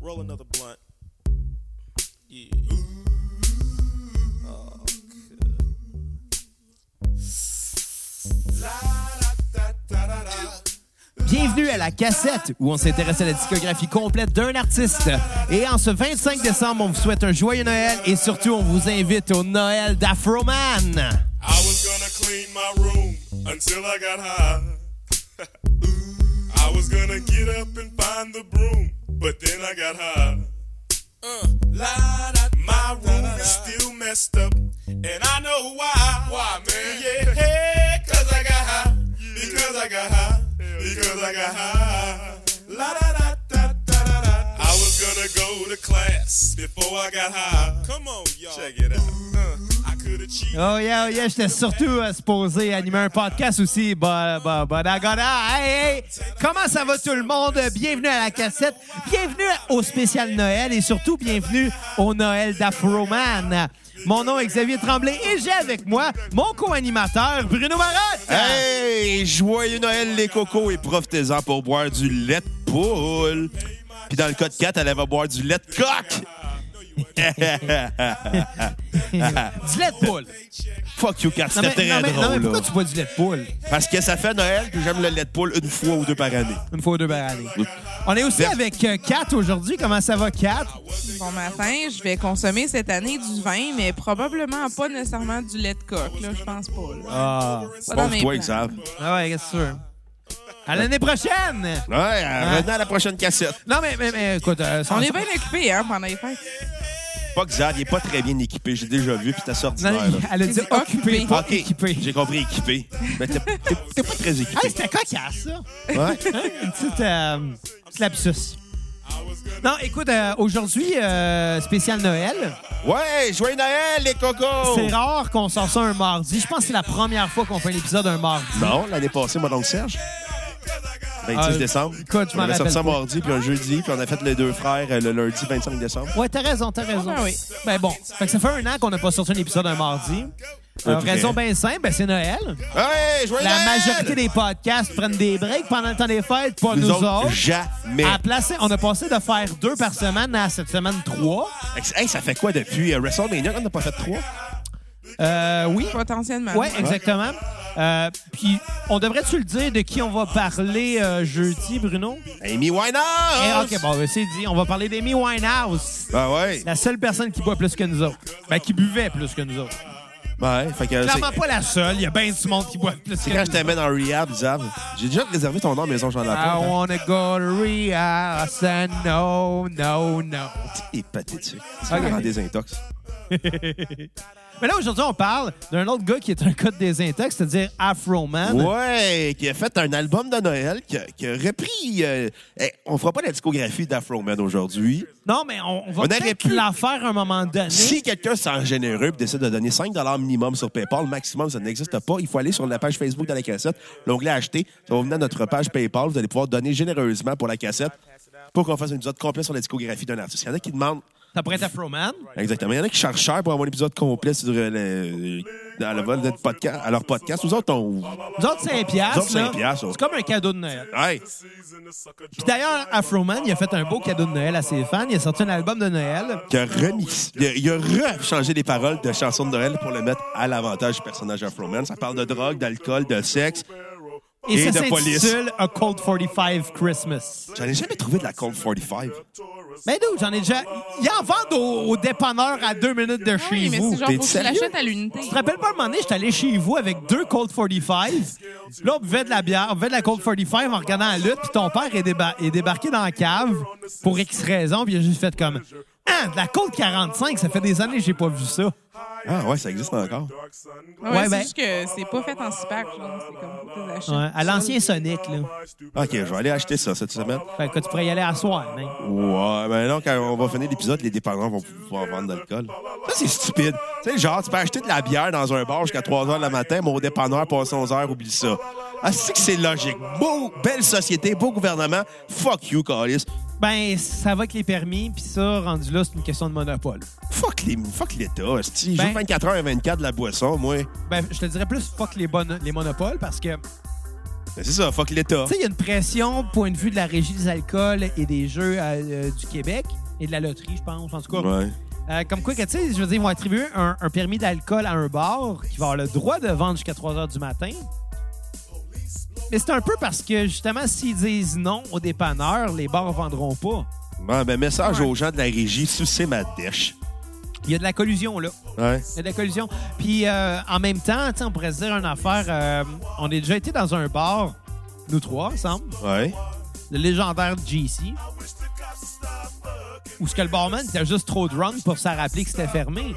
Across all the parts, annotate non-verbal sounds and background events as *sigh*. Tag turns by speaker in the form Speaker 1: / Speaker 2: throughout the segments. Speaker 1: roll another blunt. Yeah. Oh, good.
Speaker 2: Bienvenue à la cassette où on s'intéresse à la discographie complète d'un artiste. Et en ce 25 décembre, on vous souhaite un joyeux Noël et surtout on vous invite au Noël d'Afroman.
Speaker 3: I was gonna clean my room until I got high. *laughs* I was gonna get up and find the broom, but then I got high. My room is still messed up, and I know why. Why, man? Yeah, cause I got high. Because I got high. Because I got high. La da da da da da da. I was gonna go to class before I got high.
Speaker 1: Come on, y'all.
Speaker 3: Check it out. Uh, I could've cheated.
Speaker 2: Oh yeah, oh yeah, j'étais surtout euh, supposé animer un podcast aussi. Bah, bah, bah, d'accord. Ah, hey, hey. Comment ça va tout le monde? Bienvenue à la cassette. Bienvenue au spécial Noël et surtout bienvenue au Noël d'Afroman. Mon nom est Xavier Tremblay et j'ai avec moi mon co-animateur Bruno Marotte.
Speaker 4: Hey! Joyeux Noël, les cocos, et profitez-en pour boire du lait de poule. Puis dans le cas de Kat, elle va boire du lait de coq. *laughs*
Speaker 2: Du lait de poule.
Speaker 4: Fuck you, Kat,
Speaker 2: Non,
Speaker 4: c'était
Speaker 2: mais, non,
Speaker 4: très
Speaker 2: mais- non, mais
Speaker 4: drôle.
Speaker 2: pourquoi
Speaker 4: là.
Speaker 2: tu bois du lait de poule?
Speaker 4: Parce que ça fait Noël, puis j'aime le lait de poule une fois ou deux par année.
Speaker 2: Une fois ou deux par année. On est aussi
Speaker 4: Merci.
Speaker 2: avec euh, Kat aujourd'hui. Comment ça va, Kat?
Speaker 5: Bon matin, je vais consommer cette année du vin, mais probablement pas nécessairement du lait de coq. Là, je pense pas. Là.
Speaker 2: Ah,
Speaker 5: Pas dans mes
Speaker 4: Pauvre toi,
Speaker 5: plans.
Speaker 4: Xav.
Speaker 2: ouais, c'est sûr. À l'année prochaine!
Speaker 4: Ouais, euh, revenons à la prochaine cassette.
Speaker 2: Non, mais, mais, mais, écoute, euh, sans-
Speaker 5: On est bien occupés hein, pendant les fêtes.
Speaker 4: Pas Xav, il est pas très bien équipé. J'ai déjà vu, puis t'as sorti
Speaker 2: Non,
Speaker 4: là.
Speaker 2: elle a dit
Speaker 5: C'est
Speaker 2: occupé,
Speaker 5: occupé.
Speaker 2: pas
Speaker 4: Ok,
Speaker 2: équipé.
Speaker 4: j'ai compris, équipé. Mais t'es t'es- t'es pas très équipé.
Speaker 2: Hey, c'était cocasse, ça! Hein?
Speaker 4: Ouais.
Speaker 2: Une petite, euh, petite lapsus. Non, écoute, euh, aujourd'hui, euh, spécial Noël.
Speaker 4: Ouais, joyeux Noël, les cocos!
Speaker 2: C'est rare qu'on sort ça un mardi. Je pense que c'est la première fois qu'on fait un épisode un mardi.
Speaker 4: Non, l'année passée, mon oncle Serge. 26
Speaker 2: Ah,
Speaker 4: décembre.
Speaker 2: écoute, je
Speaker 4: on
Speaker 2: m'en
Speaker 4: avait
Speaker 2: rappelle
Speaker 4: sorti ça
Speaker 2: pas.
Speaker 4: mardi, puis un jeudi, puis on a fait les deux frères euh, le lundi 25 décembre.
Speaker 2: Ouais, t'as raison, t'as raison.
Speaker 5: Ah oui.
Speaker 2: Ben bon, fait que ça fait un an qu'on n'a pas sorti un épisode un mardi. Euh,
Speaker 4: vrai.
Speaker 2: raison bien simple, ben c'est Noël.
Speaker 4: Hey, joyeux
Speaker 2: La
Speaker 4: Noël!
Speaker 2: majorité des podcasts prennent des breaks pendant le temps des fêtes, pas
Speaker 4: nous,
Speaker 2: nous,
Speaker 4: autres,
Speaker 2: autres.
Speaker 4: jamais.
Speaker 2: À placer, on a passé de faire deux par semaine à cette semaine trois.
Speaker 4: Hey, ça fait quoi depuis euh, WrestleMania qu'on n'a pas fait trois?
Speaker 2: Euh, oui.
Speaker 5: Potentiellement.
Speaker 2: Ouais, exactement. Euh, Puis, on devrait-tu le dire de qui on va parler euh, jeudi, Bruno?
Speaker 4: Amy Winehouse!
Speaker 2: Eh, ok, bon, ben, c'est dit. On va parler d'Amy Winehouse.
Speaker 4: Ben ouais.
Speaker 2: La seule personne qui boit plus que nous autres. Ben, qui buvait plus que nous autres.
Speaker 4: Ben, fait que
Speaker 2: Clairement
Speaker 4: c'est-
Speaker 2: pas la seule. Il y a bien du monde qui boit plus que
Speaker 4: c'est
Speaker 2: nous
Speaker 4: quand je t'amène en rehab, Zav. J'ai déjà réservé ton nom à Maison Jean-Laporte.
Speaker 2: I
Speaker 4: hein.
Speaker 2: wanna go to Rio. I said no, no, no.
Speaker 4: T'es pathétique. Tu
Speaker 2: Ok.
Speaker 4: me rends désintox.
Speaker 2: Mais là, aujourd'hui, on parle d'un autre gars qui est un code des intox, c'est-à-dire Afro Man.
Speaker 4: Ouais, qui a fait un album de Noël, qui a, qui a repris. euh, hey, on fera pas la discographie d'Afro-Man aujourd'hui.
Speaker 2: Non, mais on, on va
Speaker 4: On aurait
Speaker 2: peut-être
Speaker 4: pu-
Speaker 2: la faire à un moment donné.
Speaker 4: Si quelqu'un se sent généreux et décide de donner 5 minimum sur PayPal, le maximum, ça n'existe pas. Il faut aller sur la page Facebook de la cassette, l'onglet acheter. Ça va venir à notre page PayPal. Vous allez pouvoir donner généreusement pour la cassette pour qu'on fasse un épisode complet sur la discographie d'un artiste. Il y en a qui demandent.
Speaker 2: Ça pourrait être Afro Man.
Speaker 4: Exactement. Il y en a qui chargent cher pour avoir un épisode complet sur euh, le, dans le vol de podcast, à leur podcast. Nous autres, on.
Speaker 2: Nous autres, 5
Speaker 4: Nous autres,
Speaker 2: piastres. là.
Speaker 4: cinq piastres, ouais.
Speaker 2: C'est comme un cadeau de Noël.
Speaker 4: Hey,
Speaker 2: Puis d'ailleurs, Afroman, il a fait un beau cadeau de Noël à ses fans. Il a sorti un album de Noël.
Speaker 4: qui a remix. Il a, il a re-changé les paroles de chansons de Noël pour le mettre à l'avantage du personnage Afro-Man. Ça parle de drogue, d'alcool, de sexe.
Speaker 2: Et,
Speaker 4: Et
Speaker 2: ça
Speaker 4: de police.
Speaker 2: s'intitule A Cold 45 Christmas.
Speaker 4: J'en ai jamais trouvé de la Cold 45.
Speaker 2: Mais d'où, j'en ai déjà... Ils en vendent au, au dépanneur à deux minutes de chez
Speaker 5: Ah Oui, mais
Speaker 2: vous.
Speaker 5: c'est genre,
Speaker 4: T'es
Speaker 5: faut que tu
Speaker 4: sérieux?
Speaker 5: l'achètes à l'unité.
Speaker 2: Je te rappelle pas un moment donné, j'étais allé chez vous avec deux Cold 45. Là, on buvait de la bière, on buvait de la Cold 45 en regardant la lutte, puis ton père est, déba- est débarqué dans la cave pour X raison, puis il a juste fait comme Ah, de la Cold 45, ça fait des années que j'ai pas vu ça.
Speaker 4: Ah ouais, ça existe encore.
Speaker 5: Ouais,
Speaker 2: Ouais,
Speaker 5: c'est
Speaker 2: ben-
Speaker 5: juste que c'est pas fait en six packs. genre, C'est comme tu les achètes.
Speaker 2: Ouais, à l'ancien Sonic, là.
Speaker 4: Ok, je vais aller acheter ça cette semaine.
Speaker 2: Fait que tu pourrais y aller à soir, hein. même.
Speaker 4: Ouais, ben non, quand on va finir l'épisode, les dépendants vont pouvoir vendre de l'alcool. Ça, c'est stupide. Tu sais, genre, tu peux acheter de la bière dans un bar jusqu'à 3 h le matin, mais au dépanneur, passe 11 h oublie ça. Ah, c'est que c'est logique. Beau, belle société, beau gouvernement. Fuck you, Carlis.
Speaker 2: Ben, ça va avec les permis, puis ça, rendu là, c'est une question de monopole.
Speaker 4: Fuck les, fuck l'État, esti.
Speaker 2: Ben-
Speaker 4: Joue 24 h à 24 de la boisson, moi. Ben,
Speaker 2: Ben, je te dirais plus fuck les, bonnes, les monopoles parce que
Speaker 4: Ben, c'est ça, fuck l'État.
Speaker 2: Tu sais, il y a une pression, point de vue de la régie des alcools et des jeux euh, euh, du Québec et de la loterie, je pense, en tout cas.
Speaker 4: Ouais.
Speaker 2: Euh, comme quoi, que, tu sais, je veux dire, ils vont attribuer un, un permis d'alcool à un bar qui va avoir le droit de vendre jusqu'à 3 heures du matin. Mais c'est un peu parce que, justement, s'ils disent non aux dépanneurs, les bars vendront pas.
Speaker 4: Bon, ben, message aux gens de la régie, sucez ma dèche.
Speaker 2: Il y a de la collusion, là.
Speaker 4: Ouais.
Speaker 2: Il y a de la collusion. Puis, euh, en même temps, tu sais, on pourrait se dire une affaire. euh, on est déjà été dans un bar, nous trois, ensemble,
Speaker 4: Ouais.
Speaker 2: le légendaire JC, où ce que le barman était juste trop drunk pour se rappeler que c'était fermé.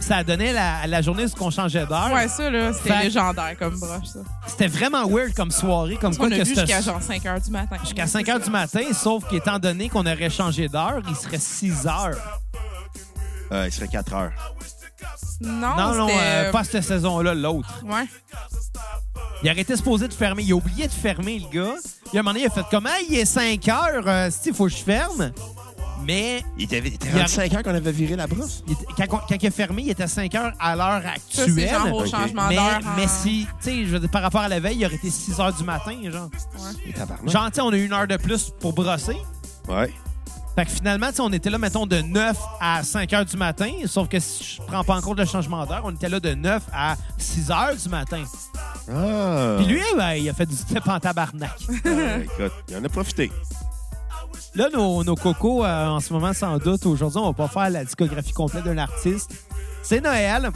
Speaker 2: Ça donnait la, la journée où qu'on changeait d'heure.
Speaker 5: Ouais, ça, là, c'était
Speaker 2: Fait-
Speaker 5: légendaire comme broche, ça.
Speaker 2: C'était vraiment weird comme soirée, comme quoi
Speaker 5: On a
Speaker 2: que
Speaker 5: vu
Speaker 2: c'était-
Speaker 5: jusqu'à genre 5 h du matin.
Speaker 2: jusqu'à 5 h du matin, sauf qu'étant donné qu'on aurait changé d'heure, il serait 6 h
Speaker 4: Euh, il serait 4 heures.
Speaker 5: Non,
Speaker 2: Non, non,
Speaker 5: Ah, c'était...
Speaker 2: euh, pas cette saison-là, l'autre.
Speaker 5: Ouais.
Speaker 2: Il aurait été supposé de fermer. Il a oublié de fermer, le gars. Puis à un moment donné, il a fait comment? Il est 5 heures, euh, si, il faut que je ferme. Mais
Speaker 4: Il était, il était
Speaker 2: Il y a-
Speaker 4: 25 heures qu'on avait viré la brosse.
Speaker 2: il était- quand, on- quand il a fermé, il était 5 heures à l'heure
Speaker 5: Ça,
Speaker 2: actuelle.
Speaker 5: c'est genre au
Speaker 4: Ok.
Speaker 5: changement
Speaker 2: mais,
Speaker 5: d'heure. en-
Speaker 2: mais si, tu sais, je veux dire, par rapport à la veille, il aurait été 6 heures du matin, genre.
Speaker 4: Et tabarnak.
Speaker 2: Genre, tu sais, on a eu une heure de plus pour brosser.
Speaker 4: Ouais.
Speaker 2: Fait que finalement, tu sais, on était là, mettons, de 9 à 5 heures du matin. Sauf que si je prends pas en compte le changement d'heure, on était là de 9 à 6 heures du matin.
Speaker 4: Ah.
Speaker 2: Puis lui, ben, il a fait du step en
Speaker 4: *laughs*
Speaker 2: tabarnak.
Speaker 4: Ouais, *laughs* écoute, il en a profité.
Speaker 2: Là, nos, nos cocos, euh, en ce moment, sans doute, aujourd'hui, on va pas faire la discographie complète d'un artiste. C'est Noël.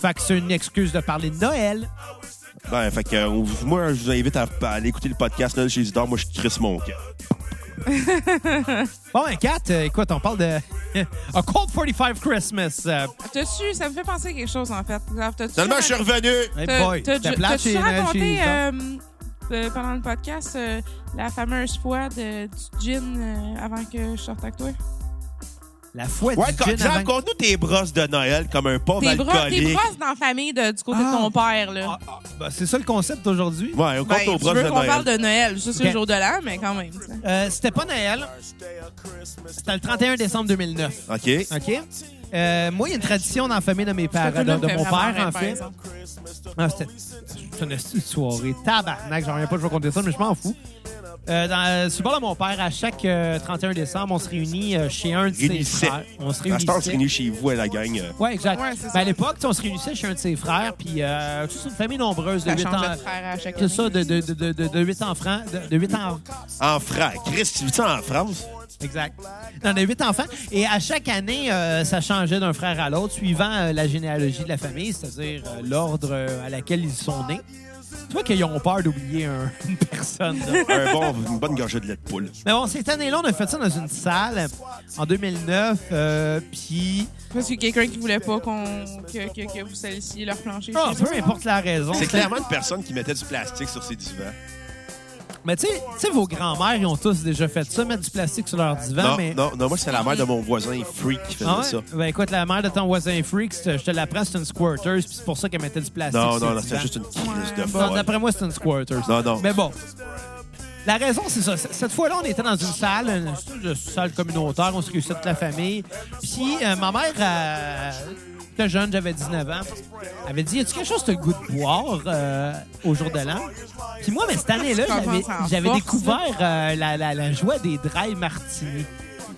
Speaker 2: Fait que c'est une excuse de parler de Noël.
Speaker 4: Ben, fait que, euh, moi, je vous invite à, à aller écouter le podcast là, chez Isidore. Moi, je crisse mon cœur.
Speaker 2: Bon, ben, Kat, euh, écoute, on parle de *laughs* A Cold 45 Christmas. Euh,
Speaker 5: T'as-tu... Ça me fait penser à quelque chose, en fait. T'as-tu...
Speaker 4: Finalement, je suis revenu.
Speaker 2: hey
Speaker 5: T'as-
Speaker 2: boy,
Speaker 5: t'as-
Speaker 2: c'était plate
Speaker 5: T'as-tu
Speaker 2: chez- hein?
Speaker 5: raconté
Speaker 2: chez-
Speaker 5: euh, euh, pendant le podcast euh, la fameuse fois de, du gin euh, avant que je sorte avec toi?
Speaker 2: La fouette
Speaker 4: Ouais,
Speaker 2: du
Speaker 4: quand-
Speaker 2: gin avant-
Speaker 4: raconte-nous tes brosses de Noël comme un pauvre
Speaker 5: T'es bras, t'es
Speaker 4: alcoolique.
Speaker 5: bras dans la famille de- du côté
Speaker 2: Oh, Ah.
Speaker 5: de ton père, là.
Speaker 2: Ah, ah, ben, c'est ça le concept d'aujourd'hui.
Speaker 4: Ouais, on compte
Speaker 5: Ben,
Speaker 4: aux
Speaker 5: tu
Speaker 4: brosses
Speaker 5: veux
Speaker 4: de
Speaker 5: qu'on
Speaker 4: Noël.
Speaker 5: parle de Noël, juste
Speaker 2: Ok.
Speaker 5: le jour de l'an, mais quand même. ça.
Speaker 2: Euh, c'était pas Noël. C'était le 31 décembre 2009.
Speaker 4: OK.
Speaker 2: OK? Euh, moi, il y a une tradition dans la famille de mes parents,
Speaker 5: Tout le
Speaker 2: de,
Speaker 5: monde
Speaker 2: de
Speaker 5: fait
Speaker 2: mon
Speaker 5: vraiment
Speaker 2: père, en
Speaker 5: rire, par
Speaker 2: fait.
Speaker 5: exemple.
Speaker 2: Ah, c'était c'était une astuce de soirée. Tabarnak, j'en reviens pas, je vais compter ça, mais je m'en fous. Euh, dans, sur le bord de mon père, à chaque euh, 31 décembre, on se réunit euh, chez un de ses
Speaker 4: Réunissez.
Speaker 2: frères. On se
Speaker 4: À ce
Speaker 2: réunissait.
Speaker 4: temps, on se réunit chez vous à la gang. euh,
Speaker 2: Ouais, exact.
Speaker 5: Ouais, c'est ça.
Speaker 2: Ben, à l'époque, tu sais, on se réunissait chez un de ses frères, puis euh, tu sais, c'est une famille nombreuse de
Speaker 5: Ça
Speaker 2: 8
Speaker 5: change
Speaker 2: ans.
Speaker 5: de frère à chaque
Speaker 2: C'est
Speaker 5: année.
Speaker 2: ça, de, de, de, de, de, 8 enfants. De, de 8 ans.
Speaker 4: En France. Chris, tu vis en *laughs* France?
Speaker 2: Exact. Non, de 8 enfants. Et à chaque année, euh, ça changeait d'un frère à l'autre, suivant euh, la généalogie de la famille, c'est-à-dire euh, l'ordre euh, à laquelle ils sont nés. Tu vois qu'ils ont peur d'oublier un- *laughs* une personne. là.
Speaker 4: Un bon, une bonne gorgée de lait de poule.
Speaker 2: Mais bon, cette année-là, on a fait ça dans une salle en 2009. euh, Puis,
Speaker 5: Parce qu'il y a quelqu'un qui voulait pas qu'on que, que, que vous salissiez leur plancher.
Speaker 2: Ah,
Speaker 5: chez eux.
Speaker 2: peu importe la raison.
Speaker 4: C'est clairement une personne qui mettait du plastique sur ses divans.
Speaker 2: Mais tu sais- tu sais, vos grands-mères, ils ont tous déjà fait ça, mettre du plastique sur leur divan.
Speaker 4: Non,
Speaker 2: mais...
Speaker 4: non, non, moi, c'est la mère de mon voisin freak qui faisait
Speaker 2: Ah ouais?
Speaker 4: ça.
Speaker 2: Ben écoute, la mère de ton voisin freak, c'est- je te l'apprends, c'est une squirter, puis c'est pour ça qu'elle mettait du plastique.
Speaker 4: Non,
Speaker 2: sur
Speaker 4: non,
Speaker 2: le
Speaker 4: non,
Speaker 2: divan.
Speaker 4: c'était juste une crise de
Speaker 5: Ouais.
Speaker 2: Non,
Speaker 4: folle.
Speaker 2: d'après moi, c'est une squirter.
Speaker 4: Non, non.
Speaker 2: Mais bon. La raison, c'est ça. C- Cette fois-là, on était dans une salle, une espèce de salle communautaire. On se réunissait toute la famille. Puis euh, ma mère, euh, j'étais jeune, j'avais 19 ans, avait dit, y a-tu quelque chose que t'as le goût de boire euh, au jour de l'an? Puis moi, mais cette année-là,
Speaker 5: Tu commences
Speaker 2: j'avais-
Speaker 5: en
Speaker 2: j'avais
Speaker 5: force,
Speaker 2: découvert euh, la, la- la joie des dry martinis.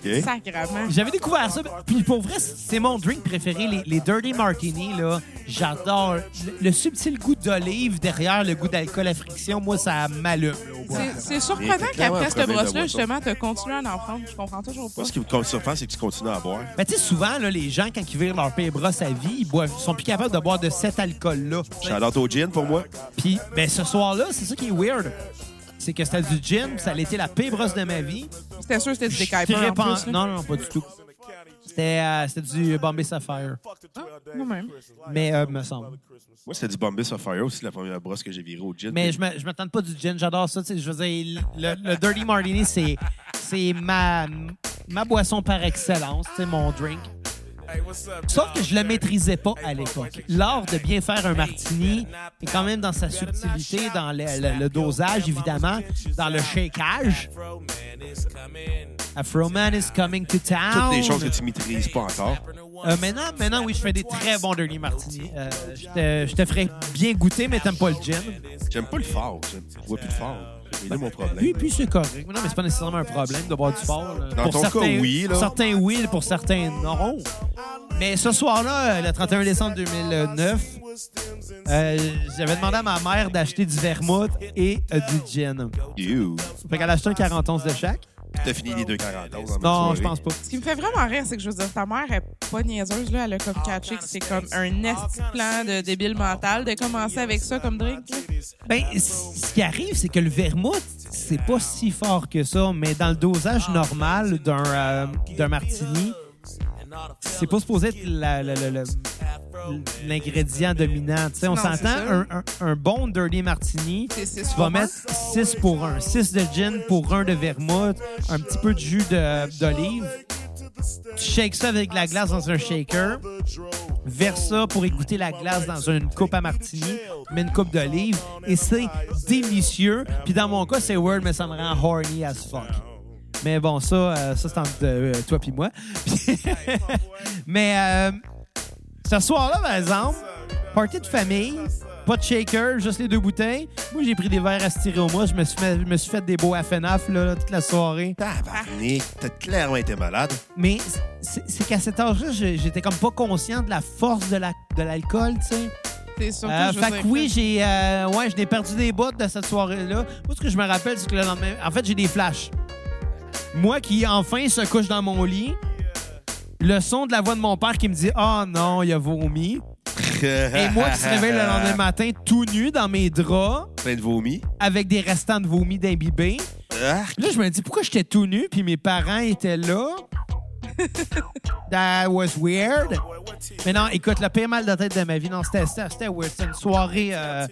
Speaker 4: OK?
Speaker 5: Sacrement.
Speaker 2: J'avais découvert ça. Puis pour vrai, c'est mon drink préféré, les, les Dirty Martini. Là, j'adore le, le subtil goût d'olive derrière le goût d'alcool à friction. Moi, ça m'allume. là, au bois.
Speaker 5: C'est- C'est
Speaker 4: Il était
Speaker 5: surprenant
Speaker 4: clairement
Speaker 5: qu'après
Speaker 4: un
Speaker 5: cette
Speaker 4: problème de
Speaker 5: brosse-là,
Speaker 4: boisson.
Speaker 5: justement, tu continué à en prendre. Je comprends toujours pas.
Speaker 4: Moi, ce qui me surprend, c'est que tu continues à boire.
Speaker 2: Mais Ben, tu sais, souvent, là, les gens, quand ils virent leur pain brosse à vie, ils boivent, ils sont plus capables de boire de cet alcool-là.
Speaker 4: Charlotte au gin pour moi.
Speaker 2: Puis, ben, ce soir-là, c'est ça qui est weird. C'est que c'était du gin, puis ça a été la paix brosse de ma vie.
Speaker 5: C'était sûr que c'était du
Speaker 2: Je
Speaker 5: décaipeur en
Speaker 2: trippais en-
Speaker 5: plus. là.
Speaker 2: Non, non, pas du tout. C'était, euh, c'était du Bombay Sapphire.
Speaker 5: Quand même.
Speaker 2: Mais, euh, me semble.
Speaker 4: Moi, c'était du Bombay Sapphire aussi, la première brosse que j'ai virée au gin.
Speaker 2: Mais je me- je m'attends pas du gin, j'adore ça. tu sais, Je veux dire, le, le Dirty Martini, c'est c'est ma, ma boisson par excellence, c'est mon drink. Sauf que je le maîtrisais pas à l'époque. L'art de bien faire un martini, et quand même dans sa subtilité, dans le, le- le dosage, évidemment, dans le shakeage. Afro Man is coming to town.
Speaker 4: Toutes les choses que tu maîtrises pas encore.
Speaker 2: Euh, maintenant, maintenant, oui, je fais des très bons Dirty Martini. Euh, je, te, je te ferai bien goûter, mais t'aimes pas le gin.
Speaker 4: J'aime pas le fort. ça. Je bois plus de fort. C'est là mon problème.
Speaker 2: Puis, puis c'est correct. Non, mais c'est pas nécessairement un problème de boire du fort. là.
Speaker 4: Dans
Speaker 2: pour
Speaker 4: ton
Speaker 2: certains,
Speaker 4: cas, oui, là.
Speaker 2: Pour certains, oui. Pour certains, non. Mais ce soir-là, euh, le 31 décembre 2009, euh, j'avais demandé à ma mère d'acheter du vermouth et euh, du gin.
Speaker 4: You.
Speaker 2: Fait qu'elle a acheté un 40 onces de chaque.
Speaker 4: T'as fini les deux 40 ans.
Speaker 2: Non, je pense pas.
Speaker 5: Ce qui me fait vraiment rire, c'est que je veux dire, ta mère est pas niaiseuse, là. Elle a comme catché que c'est comme un esti Ah, de plan de débile mental de commencer avec ça comme drink. là.
Speaker 2: Ben, c- ce qui arrive, c'est que le vermouth, c'est pas si fort que ça, mais dans le dosage normal d'un euh, d'un martini, c'est pas supposé être la- la- la- la- Oh, l'ingrédient dominant. Tu sais, on
Speaker 5: Non, c'est
Speaker 2: s'entend,
Speaker 5: ça.
Speaker 2: un, un- un bon dirty martini,
Speaker 5: C'est six
Speaker 2: tu
Speaker 5: pour
Speaker 2: vas
Speaker 5: un.
Speaker 2: mettre 6 pour 1. 6 de gin pour 1 de vermouth, un petit peu de jus de- d'olive. Tu shakes ça avec de la glace dans un shaker. Verse ça pour égoutter la glace dans une coupe à martini, mets une coupe d'olive et c'est délicieux. Puis dans mon cas, c'est weird, mais ça me rend horny as fuck. Mais bon, ça, euh, ça c'est entre euh, toi puis moi. *laughs* mais euh, ce soir-là, par exemple, party de famille, pas de shaker, juste les deux bouteilles. Moi, j'ai pris des verres à se tirer au mois. Je me suis fait, je me suis fait des beaux FNAF là, toute la soirée.
Speaker 4: Tabarnak, t'as clairement été malade.
Speaker 2: Mais c'est c'est qu'à cet âge-là, je- j'étais comme pas conscient de la force de la- de l'alcool, tu sais.
Speaker 5: C'est surtout,
Speaker 2: Euh,
Speaker 5: je veux
Speaker 2: fait
Speaker 5: dire,
Speaker 2: que oui, j'ai euh, ouais, je n'ai perdu des bouts de cette soirée-là. Moi, ce que je me rappelle, c'est que le lendemain, en fait, j'ai des flashs. Moi qui enfin se couche dans mon lit, le son de la voix de mon père qui me dit "Oh non, il a vomi." *laughs* Et moi qui se réveille le lendemain matin tout nu dans mes draps
Speaker 4: Plein de vomi. Ah,
Speaker 2: avec des restants de vomi d'imbibé.
Speaker 4: Arc.
Speaker 2: Là, je me dis pourquoi j'étais tout nu puis mes parents étaient là. *laughs* That was weird. Mais non, écoute, le pire mal de tête de ma vie, non, c'était ça, c'était weird. C'était une soirée euh,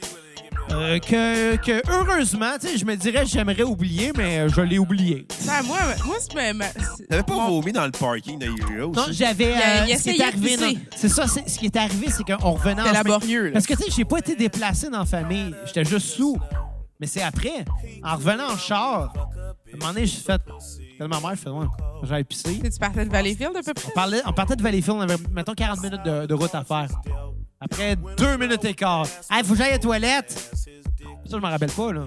Speaker 2: euh, que, que heureusement, tu sais, je me dirais j'aimerais oublier, mais je l'ai oublié.
Speaker 5: Ben, moi, moi, c'est même.
Speaker 2: Euh,
Speaker 5: c'est-
Speaker 4: T'avais pas
Speaker 5: mon-
Speaker 4: vomi dans le parking de Hero
Speaker 2: Non,
Speaker 4: aussi?
Speaker 2: j'avais.
Speaker 5: Il a-
Speaker 2: euh,
Speaker 5: il
Speaker 2: ce qui
Speaker 5: essayait
Speaker 2: est
Speaker 5: de
Speaker 2: arrivé,
Speaker 5: pisser.
Speaker 2: non, C'est ça, c'est- ce qui est arrivé, c'est qu'on revenait
Speaker 5: C'était
Speaker 2: en
Speaker 5: laborieux, là.
Speaker 2: Parce que, tu sais, j'ai pas été déplacé dans la famille. J'étais juste sous. Mais c'est après, en revenant en char, à un moment donné, j'ai fait. Ma mère, je fais, ouais, j'allais pisser.
Speaker 5: Tu partais de Valleyfield à peu près?
Speaker 2: On, parlait- on partait de Valleyfield, on avait, mettons, 40 minutes de, de route à faire. Après deux minutes et quart, « Hey, faut que j'aille aux toilettes! » Ça, je m'en rappelle pas,
Speaker 4: *laughs*
Speaker 2: là.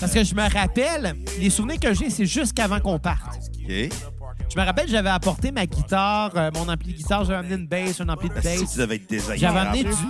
Speaker 2: Parce que je me rappelle, les souvenirs que j'ai, c'est jusqu'avant qu'on parte.
Speaker 4: OK.
Speaker 2: Je me rappelle, j'avais apporté ma guitare, euh, mon ampli de guitare, j'avais amené une bass, un ampli de
Speaker 4: Ah, Si
Speaker 2: bass.
Speaker 4: tu devais être désagréable.
Speaker 2: Ben, J'avais amené du...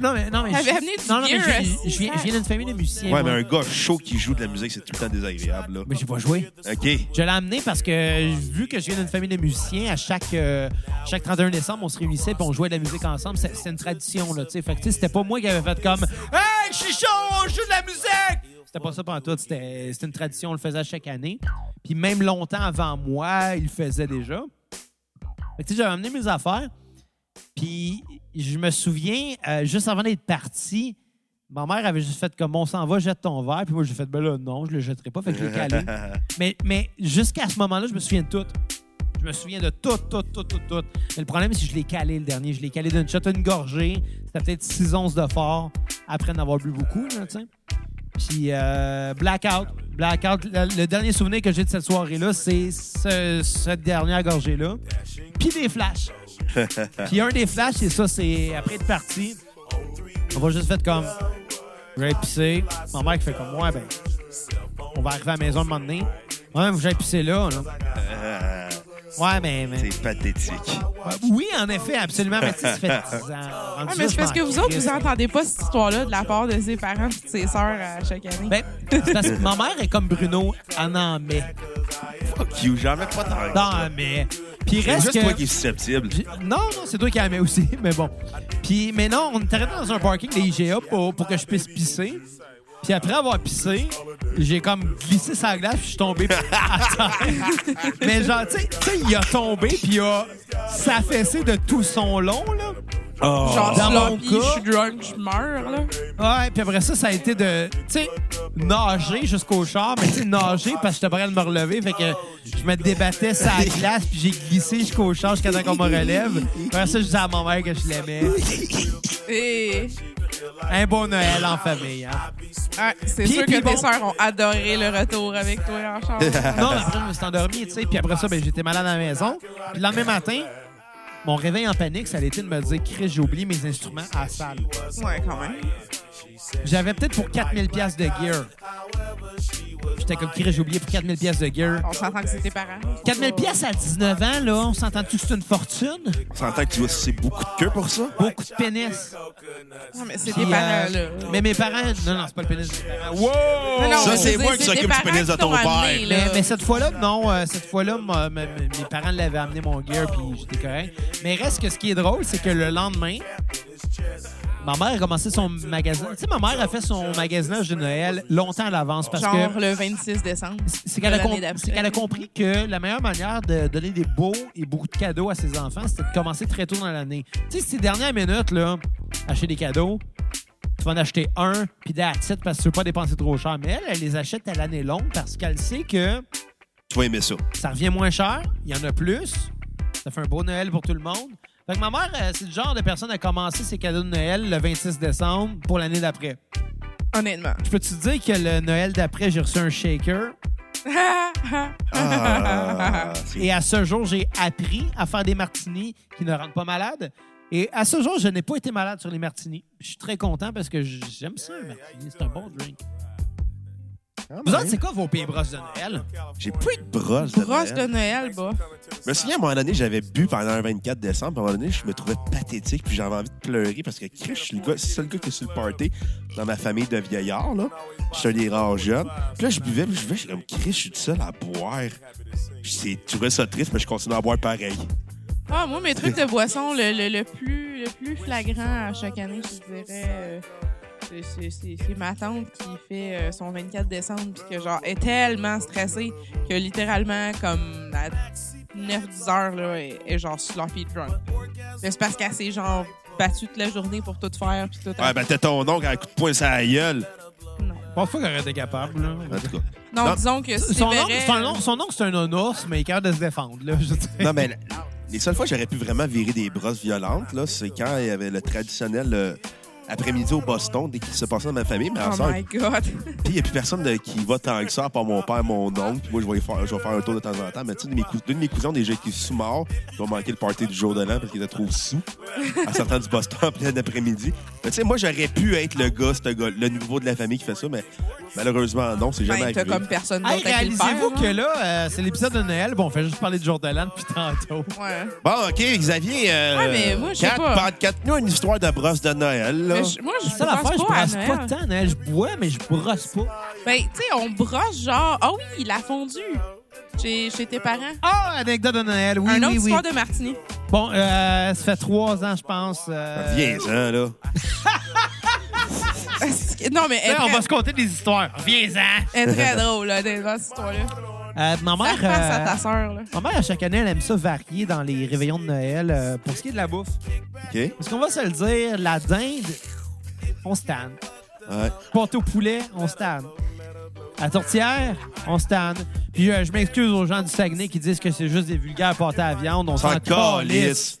Speaker 2: Non, mais... Non, mais
Speaker 5: T'avais
Speaker 2: je-
Speaker 5: amené du
Speaker 2: Non, non, mais
Speaker 5: gear,
Speaker 2: j'ai-
Speaker 5: euh,
Speaker 2: je viens, je viens d'une famille de musiciens.
Speaker 4: Ouais, mais
Speaker 2: moi.
Speaker 4: un gars chaud qui joue de la musique, c'est tout le temps désagréable, là.
Speaker 2: Mais j'ai pas joué.
Speaker 4: OK.
Speaker 2: Je l'ai amené parce que vu que je viens d'une famille de musiciens, à chaque euh, chaque 31 décembre, on se réunissait et on jouait de la musique ensemble. C'est c'est une tradition là, tu sais. Fait que tu sais, c'était pas moi qui avait fait comme "Hey, je suis chaud, on joue de la musique." C'était pas ça pendant tout, c'était c'était une tradition, on le faisait à chaque année. Puis même longtemps avant moi, il le faisait déjà. Fait que tu sais, j'avais amené mes affaires. Puis je me souviens euh, juste avant d'être parti, ma mère avait juste fait comme on s'en va, jette ton verre. Puis moi j'ai fait ben là non, je le jetterai pas, fait que je l'ai calé. Mais, mais jusqu'à ce moment-là, je me souviens de tout. Je me souviens de tout, tout, tout, tout, tout. Mais le problème, c'est que je l'ai calé le dernier. Je l'ai calé d'une shot, une gorgée. C'était peut-être 6 onces de fort après en avoir bu beaucoup, là, tu sais. Puis euh, Blackout. Blackout, le, le dernier souvenir que j'ai de cette soirée-là, c'est ce, cette dernière gorgée-là. Puis des flashs. Puis un des flashs, c'est ça, c'est après être parti, on va juste faire comme... Je vais pisser. Ma mère qui fait comme, ouais, ben, on va arriver à la maison un moment donné. Ouais, vous j'ai pissé là, là.
Speaker 4: Ah,
Speaker 2: Ouais, mais. mais-
Speaker 4: c'est pathétique.
Speaker 2: Oui, en effet, absolument. Mais tu sais, ça fait 10 ans.
Speaker 5: Ah, mais c'est parce que vous autres, vous entendez pas cette histoire-là de la part de ses parents et de ses sœurs à chaque année.
Speaker 2: Ben, c'est parce que ma mère est comme Bruno, en en met.
Speaker 4: Fuck you, j'en mets pas tant.
Speaker 2: Dans en met. Puis
Speaker 4: C'est
Speaker 2: euh, reste
Speaker 4: juste
Speaker 2: que...
Speaker 4: toi qui es susceptible.
Speaker 2: Puis- Non, non, c'est toi qui la mets aussi, *laughs* mais bon. Puis, mais non, on est arrêté dans un parking des IGA pour, pour que je puisse pisser. Puis après avoir pissé, j'ai comme glissé sa glace, puis je suis tombé *laughs* à terre. Mais genre, tu sais- tu sais, il a tombé, puis il a s'affaissé de tout son long, là.
Speaker 5: Genre,
Speaker 2: dans mon
Speaker 5: sloppy,
Speaker 2: cas-
Speaker 5: je suis drunk, je meurs, là.
Speaker 2: Ouais, puis après ça, ça a été de, tu sais, nager jusqu'au char, mais tu sais, nager parce que j'étais prêt à me relever, fait que je me débattais sur la glace, puis j'ai glissé jusqu'au char jusqu'à temps qu'on me relève. Après ça, je disais à ma mère que je l'aimais.
Speaker 5: Et...
Speaker 2: Un bon Noël en famille, hein.
Speaker 5: Ouais, ah, c'est
Speaker 2: Puis-
Speaker 5: sûr
Speaker 2: puis
Speaker 5: que
Speaker 2: bon.
Speaker 5: tes sœurs ont adoré le retour avec toi
Speaker 2: *laughs*
Speaker 5: en charge.
Speaker 2: Non, mais après, je me suis endormi, tu sais, puis après ça, ben, j'étais malade à la maison. Puis le lendemain matin, Mon réveil en panique, ça a été de me dire, Chris, j'ai oublié mes instruments à la salle.
Speaker 5: Ouais, quand même.
Speaker 2: J'avais peut-être pour 4000 pièces de gear. J'étais comme Chris, j'ai oublié pour 4000 pièces de gear.
Speaker 5: On s'entend que c'est tes parents.
Speaker 2: 4000 pièces à 19 ans, là, on s'entend-tu que c'est une fortune?
Speaker 4: On s'entend que tu vas sucer beaucoup de queue pour ça?
Speaker 2: Beaucoup de pénis.
Speaker 5: Non, Ah, mais c'est
Speaker 2: Puis,
Speaker 5: des parents,
Speaker 2: euh,
Speaker 5: là.
Speaker 2: mais mes parents... Non, non, c'est pas le pénis de mes parents.
Speaker 5: Non, non,
Speaker 4: Ça,
Speaker 5: je
Speaker 4: c'est
Speaker 5: veux
Speaker 4: moi
Speaker 5: dire,
Speaker 4: qui
Speaker 5: c'est
Speaker 4: s'occupe
Speaker 5: des
Speaker 4: du pénis de
Speaker 5: parents
Speaker 4: ton
Speaker 5: qui t'ont
Speaker 4: père.
Speaker 5: amené, là.
Speaker 2: Mais, mais cette fois-là, non. euh, cette fois-là, ma- ma- mes parents l'avaient amené mon gear, puis j'étais correct. Mais reste que ce qui est drôle, c'est que le lendemain, ma mère a commencé son magasin. Tu sais, ma mère a fait son magasinage de Noël longtemps à l'avance parce
Speaker 5: Genre
Speaker 2: que
Speaker 5: le 26 décembre.
Speaker 2: c'est qu'elle a,
Speaker 5: de
Speaker 2: com-
Speaker 5: l'année d'après.
Speaker 2: c'est qu'elle a compris que la meilleure manière de donner des beaux et beaucoup de cadeaux à ses enfants, c'était de commencer très tôt dans l'année. Tu sais, ces dernières minutes, là, acheter des cadeaux, tu vas en acheter un, puis that's it, parce que tu veux pas dépenser trop cher. Mais elle, elle les achète à l'année longue parce qu'elle sait que
Speaker 4: Tu vas aimer ça.
Speaker 2: ça revient moins cher, il y en a plus, ça fait un beau Noël pour tout le monde. Fait que ma mère, euh, c'est le genre de personne à commencer ses cadeaux de Noël le 26 décembre pour l'année d'après.
Speaker 5: Honnêtement. *laughs*
Speaker 2: Je peux te dire que le Noël d'après, j'ai reçu un shaker *laughs*
Speaker 4: Ah, c'est-
Speaker 2: et à ce jour, j'ai appris à faire des martinis qui ne rendent pas malade. Et à ce jour, je n'ai pas été malade sur les martinis. Je suis très content parce que j- j'aime ça, un martini. C'est un bon drink. Vous autres, c'est quoi vos pays brosses de Noël?
Speaker 4: J'ai plus de brosse de
Speaker 5: Broche de
Speaker 4: Noël.
Speaker 5: Noël, bah.
Speaker 4: Je me souviens, à un moment donné, j'avais bu pendant un 24 décembre. puis À un moment donné, je me trouvais pathétique puis j'avais envie de pleurer parce que Chris, je suis le gars- c'est le seul gars qui est sur le party dans ma famille de vieillards. Là. Je suis un des rares jeunes. Puis là, je buvais, puis je buvais, j'étais comme Chris, je suis le seul à boire. Je sais- je trouvais ça triste, mais je continue à boire pareil.
Speaker 5: Ah, moi, mes trucs de boisson, le, le, le plus, le plus flagrant à chaque année, je dirais, euh, c'est- c'est- c'est c'est ma tante qui fait euh, son 24 décembre, puis que, genre, est tellement stressée que, littéralement, comme à 9-10 heures, là, est, est, genre sloppy drunk. Mais c'est parce qu'elle s'est, genre, battue toute la journée pour tout faire, puis tout.
Speaker 4: Ouais, ben t'es ton oncle à un coup de poing sur la gueule.
Speaker 5: non.
Speaker 2: Pas fou qu'elle était capable, là.
Speaker 4: En tout cas.
Speaker 5: Non,
Speaker 4: ben, Non.
Speaker 5: disons que si
Speaker 2: Son
Speaker 5: c'est
Speaker 2: nom,
Speaker 5: vrai,
Speaker 2: son nom- son nom, c'est un ours, mais il est capable de se défendre, là. Je veux dire.
Speaker 4: Non, mais la- les seules fois que j'aurais pu vraiment virer des brosses violentes, là, c'est quand il y avait le traditionnel euh, après-midi au Boston, dès qu'il se passait dans ma famille. Mais
Speaker 5: Oh
Speaker 4: à Ah, ça,
Speaker 5: my God!
Speaker 4: Puis il n'y a plus personne de- qui va tant que ça, à part mon père, mon oncle. Puis moi, je vais, y faire, je vais faire un tour de temps en temps. Mais tu sais, de mes cou- l'un de mes cousins, déjà, qui est sous-mort, ils ont manqué le party du jour de l'an parce qu'il était trop sous en sortant du Boston en *laughs* plein après-midi. Mais tu sais, moi, j'aurais pu être le gars, ce gars, le nouveau de la famille qui fait ça, mais malheureusement, non, c'est jamais
Speaker 5: Ben, t'as
Speaker 4: arrivé.
Speaker 5: comme personne
Speaker 2: *laughs* Hey,
Speaker 5: d'autre à qui le faire,
Speaker 2: réalisez-vous
Speaker 5: là.
Speaker 2: que là, euh, c'est l'épisode de Noël. Bon, on fait juste parler de jour de l'an depuis tantôt.
Speaker 5: Ouais.
Speaker 4: Bon, OK, Xavier. Euh,
Speaker 5: Ouais, mais moi, je sais
Speaker 4: quatre-
Speaker 5: pas.
Speaker 4: quatre- quatre- nous, une histoire de brosse de Noël, là.
Speaker 5: Mais je- moi, je
Speaker 2: C'est la affaire, je
Speaker 5: pense pas à
Speaker 2: brosse pas
Speaker 5: Noël.
Speaker 2: tant, Noël. Je bois, mais je brosse pas.
Speaker 5: Ben, tu sais, on brosse genre, ah oui, la fondue chez, chez tes parents.
Speaker 2: Ah, anecdote de Noël, oui,
Speaker 5: un autre
Speaker 2: oui, oui.
Speaker 5: histoire de martini.
Speaker 2: Bon, euh, ça fait trois ans, je pense. euh,
Speaker 4: Viens-en, là.
Speaker 5: non, mais elle,
Speaker 2: là, Ben,
Speaker 5: est
Speaker 2: on
Speaker 5: très-
Speaker 2: va se conter des histoires. Viens-en!
Speaker 5: elle est très drôle, là, dans cette histoire-là.
Speaker 2: Euh, ma
Speaker 5: Ça
Speaker 2: mère...
Speaker 5: repasse à
Speaker 2: euh,
Speaker 5: ta sœur, là.
Speaker 2: Ma mère, à chaque année, elle aime ça varier dans les réveillons de Noël euh, pour ce qui est de la bouffe.
Speaker 4: OK? Ouais.
Speaker 2: Parce qu'on va se le dire, la dinde, on se tanne. Porte au poulet, on se tanne. À tourtière, on se tanne. Puis euh, je m'excuse aux gens du Saguenay qui disent que c'est juste des vulgaires pâtés à viande. On s'en
Speaker 4: Sans
Speaker 2: calisse.
Speaker 4: calice.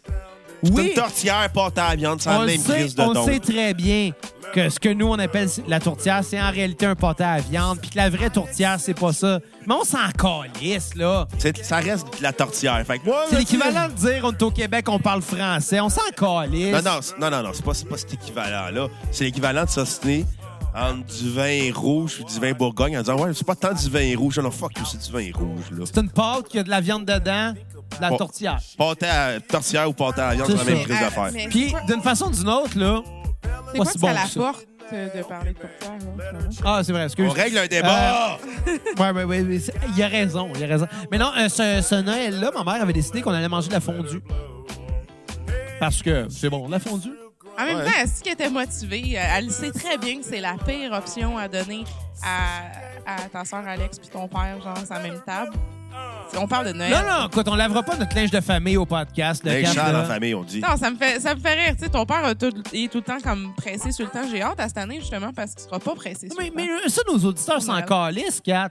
Speaker 4: Une tortillère porte à la viande sans
Speaker 2: on le
Speaker 4: même
Speaker 2: sait,
Speaker 4: crise de
Speaker 2: on le
Speaker 4: don.
Speaker 2: sait très bien que ce que nous, on appelle la tourtière, c'est en réalité un pâté à viande. Puis que la vraie tourtière, c'est pas ça. Mais on s'en calisse, là.
Speaker 4: C'est- ça reste de la tortillère. Fait que moi,
Speaker 2: C'est
Speaker 4: là,
Speaker 2: l'équivalent de dire on est au Québec, on parle français. On s'en calisse.
Speaker 4: Non, non, c'est- non, non, non, c'est pas, c'est pas cet équivalent-là. C'est l'équivalent de s'ostiner entre du vin rouge ou du vin Bourgogne en disant Ouais, c'est pas tant du vin rouge. Non, fuck, you, c'est du vin rouge, là.
Speaker 2: C'est une pâte qui a de la viande dedans, de la
Speaker 4: Bon.
Speaker 2: tourtière.
Speaker 4: Pâté à tortillère ou pâté à la viande,
Speaker 2: C'est
Speaker 4: c'est la même
Speaker 2: ça.
Speaker 4: prise d'affaires.
Speaker 5: Euh, Ah, mais
Speaker 2: Puis,
Speaker 5: c'est quoi-
Speaker 2: d'une façon ou d'une autre, là.
Speaker 5: c'est quoi
Speaker 2: c'est
Speaker 5: que
Speaker 2: bon,
Speaker 5: ça la
Speaker 2: ça.
Speaker 5: porte euh, de parler de cocktail, là, finalement?
Speaker 2: Ah, c'est vrai, excuse. Euh,
Speaker 4: On règle un débat!
Speaker 2: Ouais, ouais, ouais, ouais, c'est- Il a raison, il a raison. Mais non, euh, ce, ce Noël-là, ma mère avait décidé qu'on allait manger de la fondue. Parce que c'est bon, la fondue.
Speaker 5: En même
Speaker 4: Ouais.
Speaker 5: temps, est-ce qu'elle était motivée? Euh, Elle sait très bien que c'est la pire option à donner à, à ta sœur Alex puis ton père, genre, sur la même table. On parle de Noël.
Speaker 2: Non, non, écoute, on lavera pas notre linge de famille au podcast. Le
Speaker 4: Les
Speaker 2: cap,
Speaker 4: chats
Speaker 2: là.
Speaker 4: en famille, on dit.
Speaker 5: Non, ça me fait, ça me fait rire. Tu sais, ton père a tout- il est tout le temps comme pressé sur le temps. J'ai hâte à cette année, justement, parce qu'il sera pas pressé sur
Speaker 2: Mais,
Speaker 5: le
Speaker 2: mais
Speaker 5: temps.
Speaker 2: euh, ça, nos auditeurs s'en
Speaker 5: Noël.
Speaker 2: calissent, Kat, là.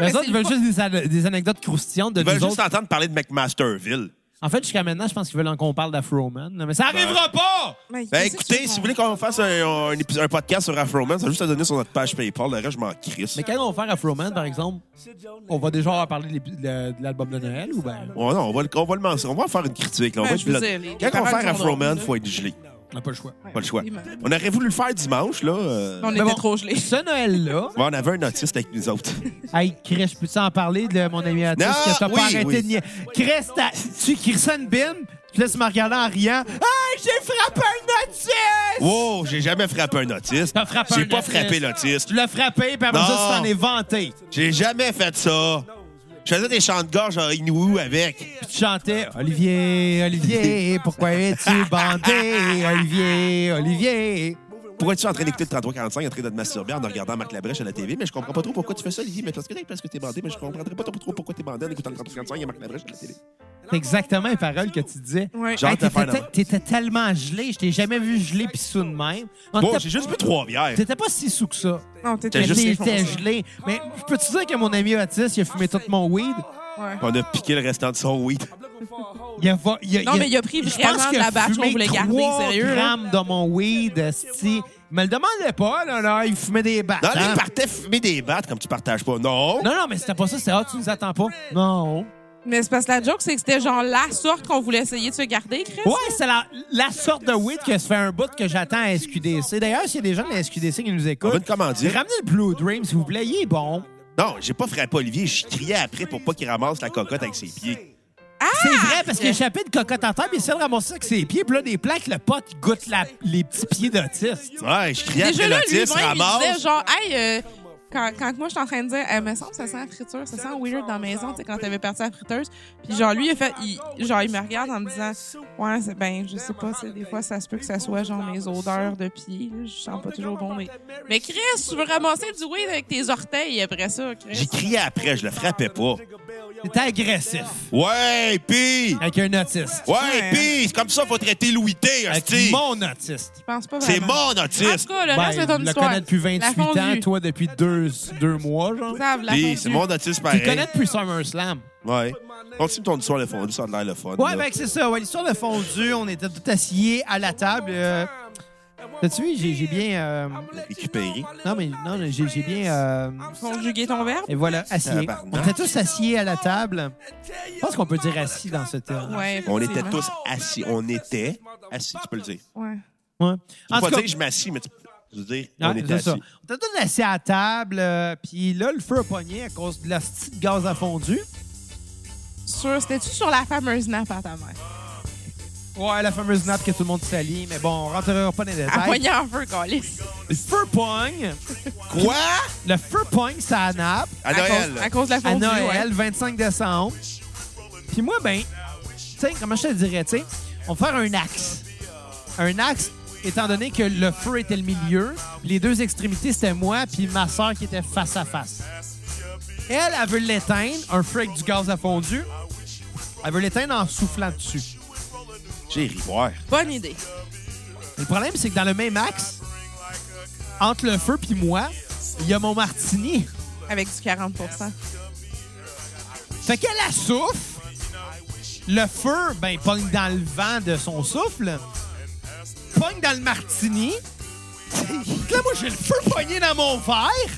Speaker 5: mais
Speaker 2: Les
Speaker 5: c'est
Speaker 2: autres, ils veulent
Speaker 5: le
Speaker 2: juste des, an- des anecdotes croustillantes de
Speaker 4: Ils veulent
Speaker 2: nous
Speaker 4: juste
Speaker 2: autres.
Speaker 4: entendre parler de McMasterville.
Speaker 2: En fait, jusqu'à maintenant, je pense qu'ils veulent qu'on parle d'Afroman. là, Mais ça arrivera pas!
Speaker 5: Mais
Speaker 4: Ben,
Speaker 5: qu'est-ce que tu
Speaker 4: écoutez, si vous voulez qu'on fasse un, un épis- un podcast sur Afroman, ça juste à donner sur notre page PayPal. Le reste, je m'en crisse.
Speaker 2: Mais quand on va faire Afroman, par exemple, on va déjà avoir parlé de l'ép- de de l'album de Noël ou ben.
Speaker 4: Ouais, non, on va, le- on va le mentionner. On va en faire une critique. Là. On
Speaker 5: Ben,
Speaker 4: va
Speaker 5: je veux
Speaker 4: être-
Speaker 5: dire, les- les
Speaker 4: quand on va
Speaker 5: paroles
Speaker 4: faire
Speaker 5: sont
Speaker 4: Afroman,
Speaker 5: drôles,
Speaker 4: faut être gelé.
Speaker 2: On n'a pas le choix.
Speaker 4: Pas le choix.
Speaker 5: effectivement.
Speaker 4: On aurait voulu le faire dimanche, là. euh,
Speaker 5: On
Speaker 4: ouais,
Speaker 5: était
Speaker 2: bon.
Speaker 5: trop gelés.
Speaker 2: Ce Noël-là,
Speaker 4: on avait un autiste avec nous autres.
Speaker 5: *laughs*
Speaker 2: hey, Chris, peux-tu en parler de mon ami Atis
Speaker 4: Non,
Speaker 2: que t'as
Speaker 4: oui,
Speaker 2: pas arrêté
Speaker 4: oui.
Speaker 2: de nier? Chris, t'as- tu Kirsten Bim, tu laisses me regarder en riant. Hey, j'ai frappé un autiste!
Speaker 4: Wow, j'ai jamais frappé un autiste.
Speaker 2: T'as frappé
Speaker 4: J'ai
Speaker 2: un
Speaker 4: pas
Speaker 2: autiste.
Speaker 4: frappé l'autiste.
Speaker 2: Tu l'as frappé, puis après
Speaker 4: Non.
Speaker 2: ça, tu t'en es vanté.
Speaker 4: J'ai jamais fait ça. Je faisais des chants de gorge en Inouï avec.
Speaker 2: Puis tu chantais Olivier,
Speaker 4: *laughs*
Speaker 2: Olivier, pourquoi es-tu bandé? Olivier, Olivier.
Speaker 4: Pourquoi es-tu en train d'écouter le 3345 en train de te masturber en regardant Marc Labrèche à la TV? Mais je comprends pas trop pourquoi tu fais ça, Olivier. Mais parce que parce que t'es bandé, mais je comprendrais pas trop pourquoi t'es bandé en écoutant le 3345 et Marc Labrèche à la télé.
Speaker 2: C'est exactement les paroles que tu disais.
Speaker 5: Ouais.
Speaker 4: Genre- Hâte de
Speaker 2: t'étais,
Speaker 4: faire là-bas.
Speaker 2: t'étais tellement gelé, je t'ai jamais vu gelé pis sous de même. On
Speaker 4: Bon,
Speaker 2: t'a-
Speaker 4: j'ai juste bu trois bières.
Speaker 2: T'étais pas si sous que ça.
Speaker 5: Non, t'étais
Speaker 4: T'as
Speaker 2: Mais
Speaker 4: juste
Speaker 2: t'étais
Speaker 5: défoncé.
Speaker 2: gelé. Mais je peux-tu dire que mon ami autiste, il a fumé tout mon weed?
Speaker 5: Ouais.
Speaker 4: On a piqué le restant de son weed.
Speaker 2: Il a, va- il a-
Speaker 5: Non,
Speaker 2: il a-
Speaker 5: mais il a pris
Speaker 2: je pense
Speaker 5: vraiment de
Speaker 2: qu'il a
Speaker 5: la batch qu'on
Speaker 2: fumé
Speaker 5: voulait garder,
Speaker 2: trois
Speaker 5: sérieux, là.
Speaker 2: grammes de mon weed, esti. Il me le demandait pas, là, là. Il fumait des battes.
Speaker 4: Non, lui,
Speaker 2: hein.
Speaker 4: il partait fumer des battes comme tu partages pas. Non!
Speaker 2: non, non, mais c'était pas ça. C'est « Ah, tu nous attends pas. » Non.
Speaker 5: Mais c'est parce que la joke, c'est que c'était genre la sorte qu'on voulait essayer de se garder, Chris.
Speaker 2: Ouais, c'est la, la sorte de weed que se fait un bout que j'attends à SQDC. D'ailleurs, s'il y a des gens de la SQDC qui nous
Speaker 4: On va
Speaker 2: écoutent,
Speaker 4: te commander.
Speaker 2: ramenez le Blue Dream, s'il vous plaît. Il est bon.
Speaker 4: ben, Non, j'ai pas frappé Olivier. Je criais après pour pas qu'il ramasse la cocotte avec ses pieds.
Speaker 2: C'est vrai, parce qu'il a échappé de cocotte en terre, puis il s'est ramassé avec ses pieds, puis là, des plaques, le pote il goûte la- les petits pieds d'autiste.
Speaker 4: Ouais, je criais
Speaker 5: Déjà
Speaker 4: après
Speaker 5: là, lui-même,
Speaker 4: l'autiste,
Speaker 5: il disait
Speaker 4: ramasse.
Speaker 5: genre, hey, euh, quand, quand moi, je suis en train de dire, eh, me semble, ça sent la friture, ça sent weird dans la maison, tu sais, quand t'avais parti à la friteuse. Puis genre, lui, il a fait, il- genre, il me regarde en me disant, ouais, c'est ben, je sais pas, tu sais, des fois, ça se peut que ça soit genre mes odeurs de pieds, là, je sens pas toujours bon, mais. Mais Chris, tu veux ramasser du weed avec tes orteils après ça,
Speaker 4: J'ai
Speaker 5: Chris.
Speaker 4: crié après, je le frappais pas.
Speaker 2: C'était agressif
Speaker 4: Ouais, pis!
Speaker 2: avec un autiste.
Speaker 4: Ouais, pis! C'est comme ça faut traiter Louis T,
Speaker 2: Avec
Speaker 4: hostie.
Speaker 2: mon autiste.
Speaker 5: Je pense pas
Speaker 4: C'est
Speaker 5: vraiment.
Speaker 4: mon
Speaker 5: En
Speaker 4: autiste!
Speaker 5: tout cas, le
Speaker 2: Ben,
Speaker 5: reste de ton
Speaker 2: je le
Speaker 5: histoire.
Speaker 2: connais depuis 28
Speaker 5: La
Speaker 2: ans,
Speaker 5: fondue.
Speaker 2: toi depuis deux, deux mois, genre.
Speaker 5: Save, la
Speaker 4: Pis, c'est
Speaker 5: fondue.
Speaker 4: mon autiste
Speaker 2: Tu
Speaker 4: pareil.
Speaker 2: le connais depuis SummerSlam.
Speaker 4: Ouais. Continue ton histoire le fondu, ça a l'air le fun.
Speaker 2: Ouais,
Speaker 4: là.
Speaker 2: ben c'est ça. Ouais, L'histoire de fondue, on était tout assis à la table. euh, T'as-tu vu? J'ai j'ai bien... euh,
Speaker 4: Récupéré.
Speaker 2: Non, mais non, mais j'ai j'ai bien... euh,
Speaker 5: Conjuguer ton verbe?
Speaker 2: Et voilà, assis.
Speaker 4: Tabarnak.
Speaker 2: On était tous assis à la table. Je pense qu'on peut dire assis dans ce terme.
Speaker 5: Ouais.
Speaker 4: On était
Speaker 5: effectivement.
Speaker 4: tous assis. On était assis, tu peux le dire.
Speaker 5: Ouais.
Speaker 2: Ouais.
Speaker 4: Tu
Speaker 2: En
Speaker 4: peux
Speaker 2: tout
Speaker 4: pas
Speaker 2: cas,
Speaker 4: dire je m'assis, mais tu peux dire
Speaker 2: Ouais,
Speaker 4: on était
Speaker 2: c'est ça.
Speaker 4: assis.
Speaker 2: On était tous assis à la table, euh, puis là, le feu a pogné à cause de la petite gaz à fondu.
Speaker 5: Sur, c'était-tu sur la fameuse nappe à ta mère?
Speaker 2: Ouais, la fameuse nappe que tout le monde salit, mais bon, on rentrera pas dans les
Speaker 5: À
Speaker 2: détails.
Speaker 5: poignée en feu, Calis.
Speaker 2: Le feu pogne.
Speaker 4: Quoi?
Speaker 2: Le feu pogne, ça nappe.
Speaker 4: À Noël.
Speaker 5: cause, à cause de la
Speaker 2: à
Speaker 5: fondue,
Speaker 2: Noël, 25 décembre. Puis moi, ben, tu sais, comment je te dirais, tu sais, on va faire un axe. Un axe, étant donné que le feu était le milieu, puis les deux extrémités, c'était moi, puis ma soeur qui était face à face. Elle, elle veut l'éteindre, un feu avec du gaz à fondu. Elle veut l'éteindre en soufflant dessus.
Speaker 4: J'ai ri voir.
Speaker 5: ouais. Bonne idée.
Speaker 2: Le problème, c'est que dans le même axe, entre le feu puis moi, il y a mon martini.
Speaker 5: Avec du 40
Speaker 2: Fait qu'elle la souffle. Le feu, ben, pogne dans le vent de son souffle. Pogne dans le martini. Puis là, moi, j'ai le feu pogné dans mon verre.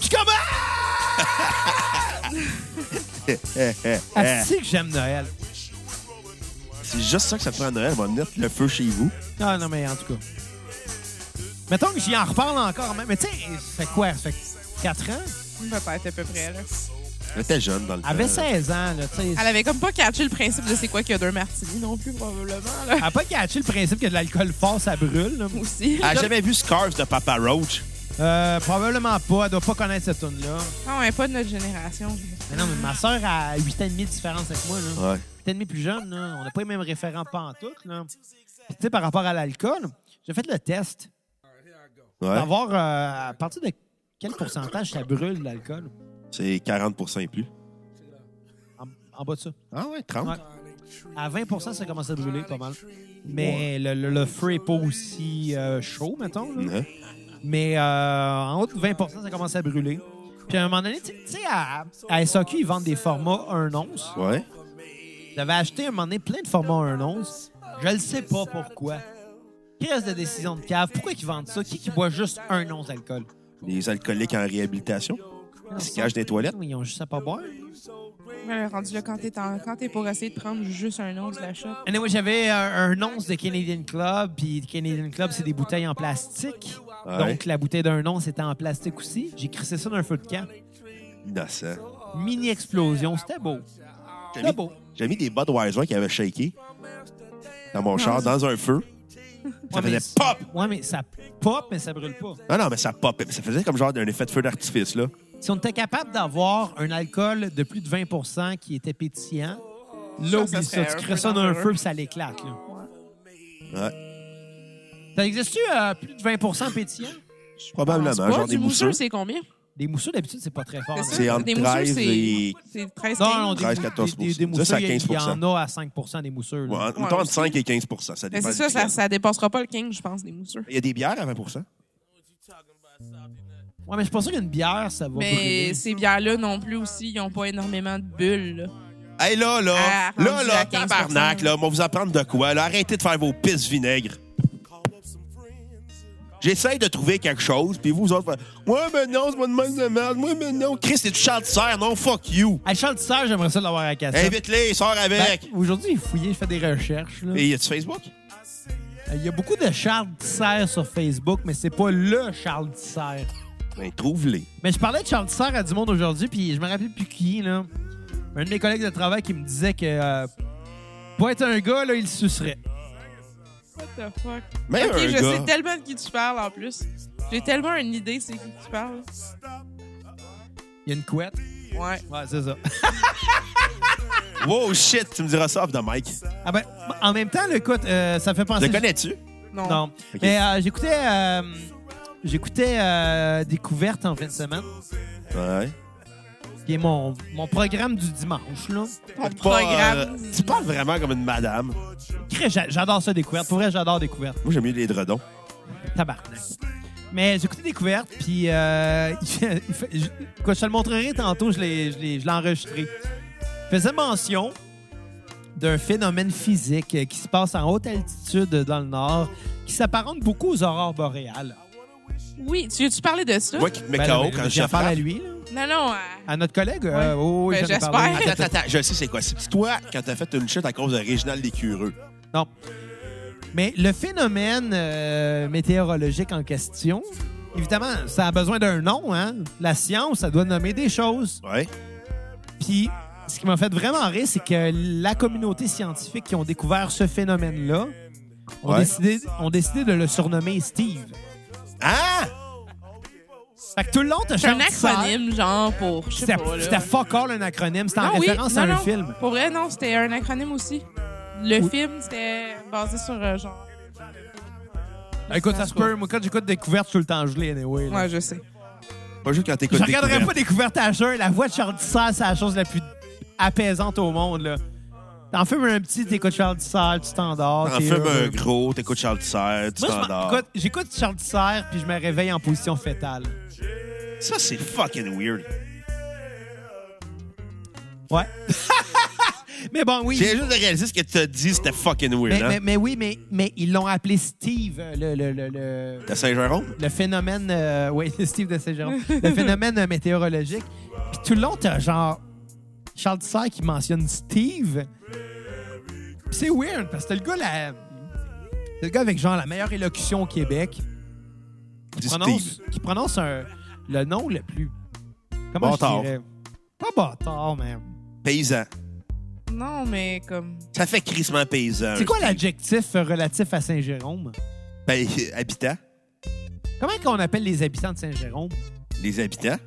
Speaker 2: Puis comme... Ah, sais que j'aime Noël.
Speaker 4: C'est juste ça que ça te fait à Noël, on va mettre le feu chez vous.
Speaker 2: Ah non, mais en tout cas. Mettons que j'y en reparle encore. Mais, mais tu sais, ça fait quoi? Ça fait 4 ans?
Speaker 5: Peut-être à peu près, là.
Speaker 4: Elle était jeune dans le
Speaker 2: Elle avait
Speaker 4: temps.
Speaker 2: 16 ans, là, tu sais.
Speaker 5: Elle avait comme pas catché le principe de c'est quoi qu'il y a d'un martini non plus, probablement, là. *laughs*
Speaker 2: Elle a pas catché le principe que de l'alcool fort, ça brûle. là.
Speaker 5: Aussi.
Speaker 4: Elle a jamais Ah, vu Scarf de Papa Roach.
Speaker 2: Euh, probablement pas. Elle doit pas connaître cette tune-là.
Speaker 5: Non, elle est pas de notre génération.
Speaker 2: Mais non, mais ma soeur a 8 ans et demi de différence avec moi. Là.
Speaker 4: Ouais.
Speaker 2: 8 ans et demi plus jeune, là. on n'a pas les mêmes référents pantoute. Là. Puis, tu sais, par rapport à l'alcool, j'ai fait le test
Speaker 4: Ouais.
Speaker 2: d'avoir euh, à partir de quel pourcentage ça brûle l'alcool.
Speaker 4: C'est 40 et plus.
Speaker 2: En, en bas de ça.
Speaker 4: Ah ouais, 30.
Speaker 2: Ouais. À 20 ça commence à brûler pas mal. Mais le, le, le feu n'est pas aussi euh, chaud, mettons. là.
Speaker 4: Ouais.
Speaker 2: Mais euh, en haut de 20 ça commence à brûler. Puis à un moment donné, tu sais- tu sais, à, à SAQ, ils vendent des formats 1 once.
Speaker 4: Ouais.
Speaker 2: J'avais acheté un moment donné plein de formats 1 11. Je le sais pas pourquoi. Qu'est-ce de décision de cave? Pourquoi ils vendent ça? Qui qui boit juste un once d'alcool?
Speaker 4: Les alcooliques en réhabilitation. Ils se cachent des toilettes.
Speaker 2: Ils ont juste à pas boire.
Speaker 5: Ouais, rendu là, quand t'es, en- quand t'es pour essayer de prendre juste un once de la shot.
Speaker 2: Anyway, j'avais euh, un, un once de Canadian Club, puis Canadian Club, c'est des bouteilles en plastique.
Speaker 4: Ouais.
Speaker 2: Donc, la bouteille d'un once était en plastique aussi. J'ai crissé ça dans un feu de camp.
Speaker 4: Innocent.
Speaker 2: Mini-explosion, c'était beau.
Speaker 4: J'ai
Speaker 2: C'était
Speaker 4: mis,
Speaker 2: beau.
Speaker 4: j'ai mis des Budweiser qui avaient shaké dans mon char, dans un feu. Ça
Speaker 2: Ouais, mais-
Speaker 4: faisait pop!
Speaker 2: Ouais, mais ça pop, mais ça brûle pas.
Speaker 4: Non, non, mais ça pop. Ça faisait comme genre un effet de feu d'artifice, là.
Speaker 2: Si on était capable d'avoir un alcool de plus de 20 qui était pétillant, là,
Speaker 5: Ça, ça
Speaker 2: oublie ça.
Speaker 5: serait
Speaker 2: Tu
Speaker 5: un
Speaker 2: crées
Speaker 5: peu
Speaker 2: ça dans un
Speaker 5: dangereux.
Speaker 2: feu puis ça l'éclate. là.
Speaker 5: Ah,
Speaker 4: Ouais.
Speaker 2: Ça existe-tu euh, plus de 20 pétillant?
Speaker 4: Probablement,
Speaker 5: Pense pas,
Speaker 4: genre des
Speaker 5: du mousseux,
Speaker 4: mousseux. Ah,
Speaker 5: c'est combien?
Speaker 2: Des mousseux, d'habitude, c'est pas très fort.
Speaker 5: C'est
Speaker 2: là.
Speaker 5: ça?
Speaker 4: entre
Speaker 5: Des mousseux,
Speaker 4: 13 et-
Speaker 5: c'est- c'est 13
Speaker 2: Non, non, des,
Speaker 4: 13,
Speaker 2: mou-
Speaker 4: 14
Speaker 2: des- des- des
Speaker 4: Ça, c'est
Speaker 2: mousseux,
Speaker 4: à
Speaker 2: il y-
Speaker 4: 15
Speaker 2: il y en a à 5 des mousseux.
Speaker 4: Ouais,
Speaker 2: là.
Speaker 4: entre entre 5 et 15 ça
Speaker 5: Mais
Speaker 4: dépend.
Speaker 5: Ben, c'est
Speaker 4: du
Speaker 5: ça, ça,
Speaker 4: client.
Speaker 5: ça dépassera pas le 15, je pense, des mousseux.
Speaker 4: Il y a des bières à 20
Speaker 2: Ouais, mais je suis pas sûr qu'une bière, ça va brûler.
Speaker 5: Mais ces bières-là non plus aussi, ils ont pas énormément de bulles. là.
Speaker 4: Hey, là, là,
Speaker 5: Ah,
Speaker 4: là,
Speaker 5: rendu
Speaker 4: là,
Speaker 5: à 15%.
Speaker 4: tabarnak, là, on va vous apprendre de quoi, là. Arrêtez de faire vos pisses vinaigres. J'essaye de trouver quelque chose, puis vous autres, vous- ouais, mais non, c'est pas de mal de merde, ouais, mais non. Chris, c'est du chant de serre, non, fuck you.
Speaker 2: Hey, Charles Tisseur, j'aimerais ça l'avoir à la cassette.
Speaker 4: Invite-les, sors avec.
Speaker 2: Ben, Aujourd'hui, j'ai fouillé, je fais des recherches.
Speaker 5: Ben.
Speaker 2: là.
Speaker 4: Et y a-tu Facebook?
Speaker 2: Il y a beaucoup de Charles Tissère sur Facebook, mais c'est pas le Charles Tissère.
Speaker 4: Ben, trouve-les.
Speaker 2: Mais je parlais de Charles Tissère à du monde aujourd'hui, puis je me rappelle plus qui, là. Un de mes collègues de travail qui me disait que euh, pour être un gars, là, il le sucerait.
Speaker 5: What the fuck?
Speaker 4: Même
Speaker 5: ok,
Speaker 4: un
Speaker 5: je
Speaker 4: gars.
Speaker 5: sais tellement de qui tu parles en plus. J'ai tellement une idée c'est qui tu parles.
Speaker 2: Il y a une couette.
Speaker 5: Ouais.
Speaker 2: Ouais, c'est ça. *laughs*
Speaker 4: Wow, shit, tu me diras ça off de Mike.
Speaker 2: Ah ben, en même temps, là, écoute, euh, ça
Speaker 5: Ah,
Speaker 2: fait
Speaker 4: Le
Speaker 2: penser...
Speaker 4: connais-tu?
Speaker 5: Non.
Speaker 2: Non.
Speaker 4: Ok.
Speaker 2: Mais euh, j'écoutais... euh, J'écoutais euh, Découverte en fin de semaine,
Speaker 5: euh,
Speaker 4: Ouais.
Speaker 2: qui est mon, mon programme du dimanche. là.
Speaker 5: Ton
Speaker 4: Pas,
Speaker 5: programme.
Speaker 4: euh, tu parles vraiment comme une madame.
Speaker 2: Cré, j'a- J'adore ça, Découverte. Pour vrai, j'adore Découverte.
Speaker 4: Moi, j'aime mieux les dredons.
Speaker 2: Tabarnak. Mais j'ai écouté Découverte, puis euh, *laughs* il fait- il fait- je, quoi, je te le montrerai tantôt, je l'ai, je l'ai- je l'ai enregistré. Il faisait mention d'un phénomène physique euh, qui se passe en haute altitude euh, dans le Nord, qui s'apparente beaucoup aux aurores boréales.
Speaker 5: Oui, tu veux-tu parler de ça?
Speaker 4: Moi qui me
Speaker 2: Ben,
Speaker 4: KO
Speaker 2: là,
Speaker 4: quand je
Speaker 2: j'en parle à
Speaker 4: frappe.
Speaker 2: lui, là.
Speaker 5: Non, non. euh,
Speaker 2: à notre collègue. euh, oh, oui,
Speaker 5: Ben,
Speaker 2: j'en ai parlé.
Speaker 5: j'espère.
Speaker 4: Attends, attends, attends, je sais c'est quoi. C'est toi quand t'as fait une chute à cause de Réginald Lécureux.
Speaker 2: Non. Mais le phénomène euh, météorologique en question, évidemment, ça a besoin d'un nom. Hein? La science, ça doit nommer des choses.
Speaker 4: Ouais.
Speaker 2: Puis, ce qui m'a fait vraiment rire, c'est que la communauté scientifique qui ont découvert ce phénomène-là ont,
Speaker 4: Ouais.
Speaker 2: décidé, ont décidé de le surnommer Steve.
Speaker 4: Hein?
Speaker 2: Fait que tout le long, t'as
Speaker 5: C'est un
Speaker 2: Charles Tissère.
Speaker 5: acronyme, genre, pour. Je sais
Speaker 2: C'était
Speaker 5: pas. là.
Speaker 2: c'était fuck all un acronyme. C'était en
Speaker 5: Non, oui,
Speaker 2: référence
Speaker 5: non,
Speaker 2: à un
Speaker 5: non.
Speaker 2: film.
Speaker 5: Pour vrai, non, c'était un acronyme aussi. Le
Speaker 2: Oui.
Speaker 5: film, c'était basé sur euh, genre.
Speaker 2: Écoute, ça se peut. Moi, quand j'écoute Découverte, je suis le temps gelé, anyway. là.
Speaker 5: Ouais, je sais.
Speaker 4: Pas juste quand t'écoutes
Speaker 2: Je regarderais
Speaker 4: Découverte.
Speaker 2: pas Découverte à jeun. La voix de Charles Tissère, c'est la chose la plus apaisante au monde. là. T'en fumes un petit, t'écoutes Charles Tissère, tu t'endors.
Speaker 4: T'en
Speaker 2: t'es
Speaker 4: fumes
Speaker 2: heureux.
Speaker 4: un gros, t'écoutes Charles Tissère, tu
Speaker 2: Moi, je m'en-
Speaker 4: t'endors.
Speaker 2: écoute, j'écoute Charles Tissère, puis je me réveille en position fétale.
Speaker 4: Ça, c'est fucking weird.
Speaker 2: Ouais. *laughs* mais bon, oui.
Speaker 4: J'ai juste de réaliser ce que t'as dit, c'était fucking
Speaker 2: Mais,
Speaker 4: weird,
Speaker 2: mais-
Speaker 4: hein?
Speaker 2: mais oui, mais, mais ils l'ont appelé Steve, le, le, le, le-
Speaker 4: T'as Saint-Jérôme?
Speaker 2: le phénomène... euh, oui, *laughs* Steve de Saint-Jérôme.
Speaker 4: *laughs*
Speaker 2: le phénomène euh, météorologique. Puis tout le long, t'as genre Charles Tissère qui mentionne Steve. Puis c'est weird, parce que t'as le gars, la... c'est le gars avec genre la meilleure élocution au Québec
Speaker 4: Dis
Speaker 2: prononce-
Speaker 4: Steve.
Speaker 2: qui prononce un- le nom le plus... Comment
Speaker 4: Bâtard.
Speaker 2: je dirais? Pas bâtard, même.
Speaker 4: Paysan.
Speaker 5: Non, mais comme.
Speaker 4: Ça fait crissement paysan.
Speaker 2: C'est quoi l'adjectif euh, relatif à Saint-Jérôme?
Speaker 4: Ben, habitant.
Speaker 2: Comment qu'on appelle les habitants de Saint-Jérôme?
Speaker 4: Les habitants.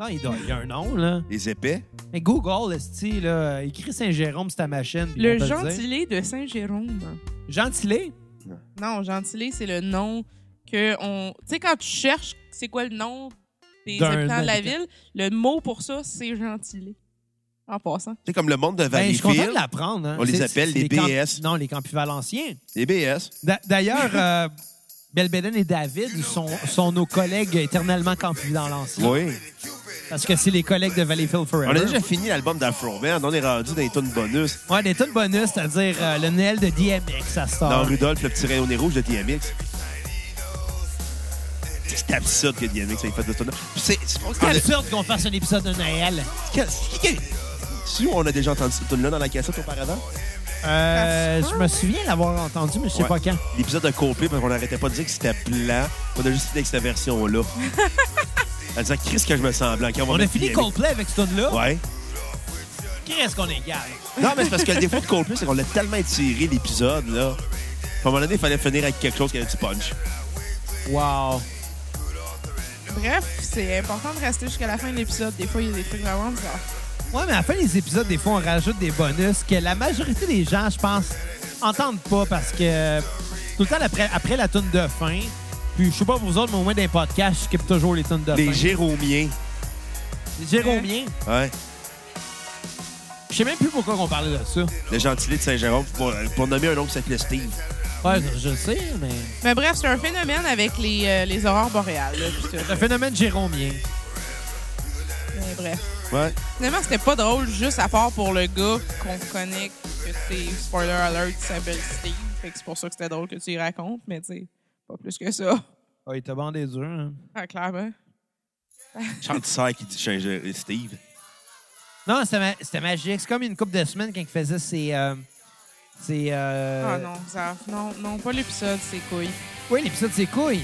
Speaker 2: Non, il doit- il y a un nom, là.
Speaker 4: Les épais.
Speaker 2: Mais Google, esti, là, écrit Saint-Jérôme, c'est ta machine. puis
Speaker 5: Le
Speaker 2: on peut dire.
Speaker 5: gentilé de Saint-Jérôme.
Speaker 2: Gentilé?
Speaker 5: Non, gentilé, c'est le nom que on. Tu sais, quand tu cherches c'est quoi le nom des
Speaker 2: D'un
Speaker 5: habitants de la
Speaker 2: habitant.
Speaker 5: ville, le mot pour ça, c'est gentilé. En passant.
Speaker 4: C'est comme le monde de
Speaker 2: Ben, je suis content de
Speaker 4: Valleyfield.
Speaker 2: l'apprendre. hein.
Speaker 4: On les
Speaker 2: C'est-
Speaker 4: appelle
Speaker 2: c'est
Speaker 4: les
Speaker 2: camp-
Speaker 4: BS.
Speaker 2: Non, les campus valenciens.
Speaker 4: les BS.
Speaker 2: D'a- D'ailleurs, euh, *laughs* Belbédène et David sont, sont nos collègues éternellement campus valenciens.
Speaker 4: Oui.
Speaker 2: Parce que c'est les collègues de Valleyfield
Speaker 4: On a
Speaker 2: Forever.
Speaker 4: déjà fini l'album d'Afroband. On est rendu dans les tunes bonus.
Speaker 2: Ouais, des tunes bonus, c'est-à-dire euh, le Noël de DMX, à
Speaker 4: Dans
Speaker 2: sort.
Speaker 4: Rudolph, le petit rayon des rouges de DMX. C'est absurde que DMX ait fait de ce là C'est
Speaker 2: C'est absurde qu'on fasse un épisode de Noël.
Speaker 4: Quel- qui- qui- Si on a déjà entendu cette tune là dans la cassette auparavant,
Speaker 2: Euh,
Speaker 5: Ça se
Speaker 2: je
Speaker 5: peut,
Speaker 2: me souviens l'avoir entendu, mais je sais
Speaker 4: Ouais.
Speaker 2: pas quand.
Speaker 4: l'épisode de Coldplay, parce qu'on n'arrêtait pas de dire que c'était blanc, on a juste fini avec cette version-là.
Speaker 2: *laughs*
Speaker 4: Elle disait, Chris, que je me sens blanc. Quand
Speaker 2: On a
Speaker 4: mettre
Speaker 2: fini
Speaker 4: DMX.
Speaker 2: Coldplay avec ce tune-là.
Speaker 4: Ouais.
Speaker 2: Qu'est-ce qu'on est gars?
Speaker 4: Non, mais c'est parce que le défaut de Coldplay, c'est qu'on l'a tellement étiré l'épisode, là. À un moment donné, il fallait finir avec quelque chose qui avait du punch.
Speaker 2: Wow.
Speaker 5: Bref, c'est important de rester jusqu'à la fin de l'épisode. Des fois, il y a des trucs vraiment bizarres.
Speaker 2: Ouais, mais à la fin des épisodes, des fois, on rajoute des bonus que la majorité des gens, je pense, entendent pas parce que tout le temps après, après la tune de fin, puis je sais pas pour vous autres, mais au moins des podcasts, je skip toujours les tunes de
Speaker 4: Des
Speaker 2: fin.
Speaker 4: Jéromiens.
Speaker 2: Des Jéromiens.
Speaker 4: Ouais.
Speaker 2: Je sais même plus pourquoi on parlait de ça.
Speaker 4: Le gentilé de Saint-Jérôme, pour, pour nommer un nom qui s'appelait Steve.
Speaker 2: Ouais, je je sais, mais.
Speaker 5: Mais bref, c'est un phénomène avec les, euh, les aurores boréales. là, puis tout.
Speaker 2: Le phénomène Jérômien.
Speaker 5: Mais bref.
Speaker 4: Ouais.
Speaker 5: Finalement, c'était pas drôle, juste à part pour le gars qu'on connaît, que c'est spoiler alert, il s'appelle Steve. Fait que c'est pour ça que c'était drôle que tu y racontes, mais tu sais, pas plus que ça. *laughs*
Speaker 2: Ah, il t'a bandé dur, hein?
Speaker 5: Ah, clairement.
Speaker 4: Chante Serre qui dit Saint-Jérôme. Steve.
Speaker 2: Non, c'était ma- c'était magique. C'est comme une couple de semaines quand il faisait ses. euh, ses, euh,
Speaker 5: Ah non, ça, non, non, pas l'épisode, c'est couilles.
Speaker 2: Oui, l'épisode C'est couilles.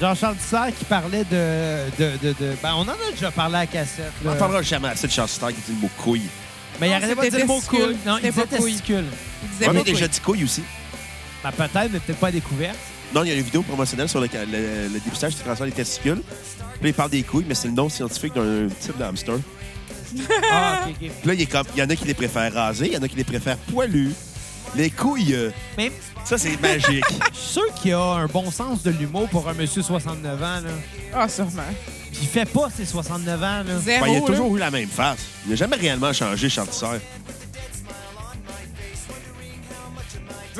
Speaker 2: Jean-Charles Dissert qui parlait de, de, de, de- Ben, on en a déjà parlé à la cassette.
Speaker 4: On
Speaker 2: là.
Speaker 4: n'en parlera jamais assez de Chante Serre qui dit le mot couille.
Speaker 2: Mais il
Speaker 5: Non,
Speaker 2: arrêtait pas de
Speaker 5: c'était
Speaker 2: dire le mot
Speaker 5: testicule.
Speaker 2: couille. Non, il
Speaker 5: C'était
Speaker 2: disait
Speaker 5: pas couille.
Speaker 2: testicule.
Speaker 5: Il
Speaker 4: Ouais, mais
Speaker 5: disait pas
Speaker 4: il a déjà
Speaker 5: couilles.
Speaker 4: dit couille aussi.
Speaker 2: Ben, peut-être, mais peut-être pas à découverte.
Speaker 5: *laughs*
Speaker 4: Non, il y a une vidéo promotionnelle sur le, le, le dépistage du cancer des testicules. Puis là, il parle des couilles, mais c'est le nom scientifique d'un type de hamster.
Speaker 2: ah, OK, OK.
Speaker 4: Puis là, il, est comme, il y en a qui les préfèrent rasés, il y en a qui les préfèrent poilus. Les couilles, euh,
Speaker 2: Mais
Speaker 4: ça, c'est magique. Ben,
Speaker 2: je suis sûr qu'il a un bon sens de l'humour pour un monsieur 69 ans, là.
Speaker 5: Ah, sûrement.
Speaker 2: Puis il fait pas ses 69 ans, là.
Speaker 5: Zéro.
Speaker 4: Ben, il a
Speaker 5: là.
Speaker 4: toujours eu la même face. Il n'a jamais réellement changé, Chante Serre.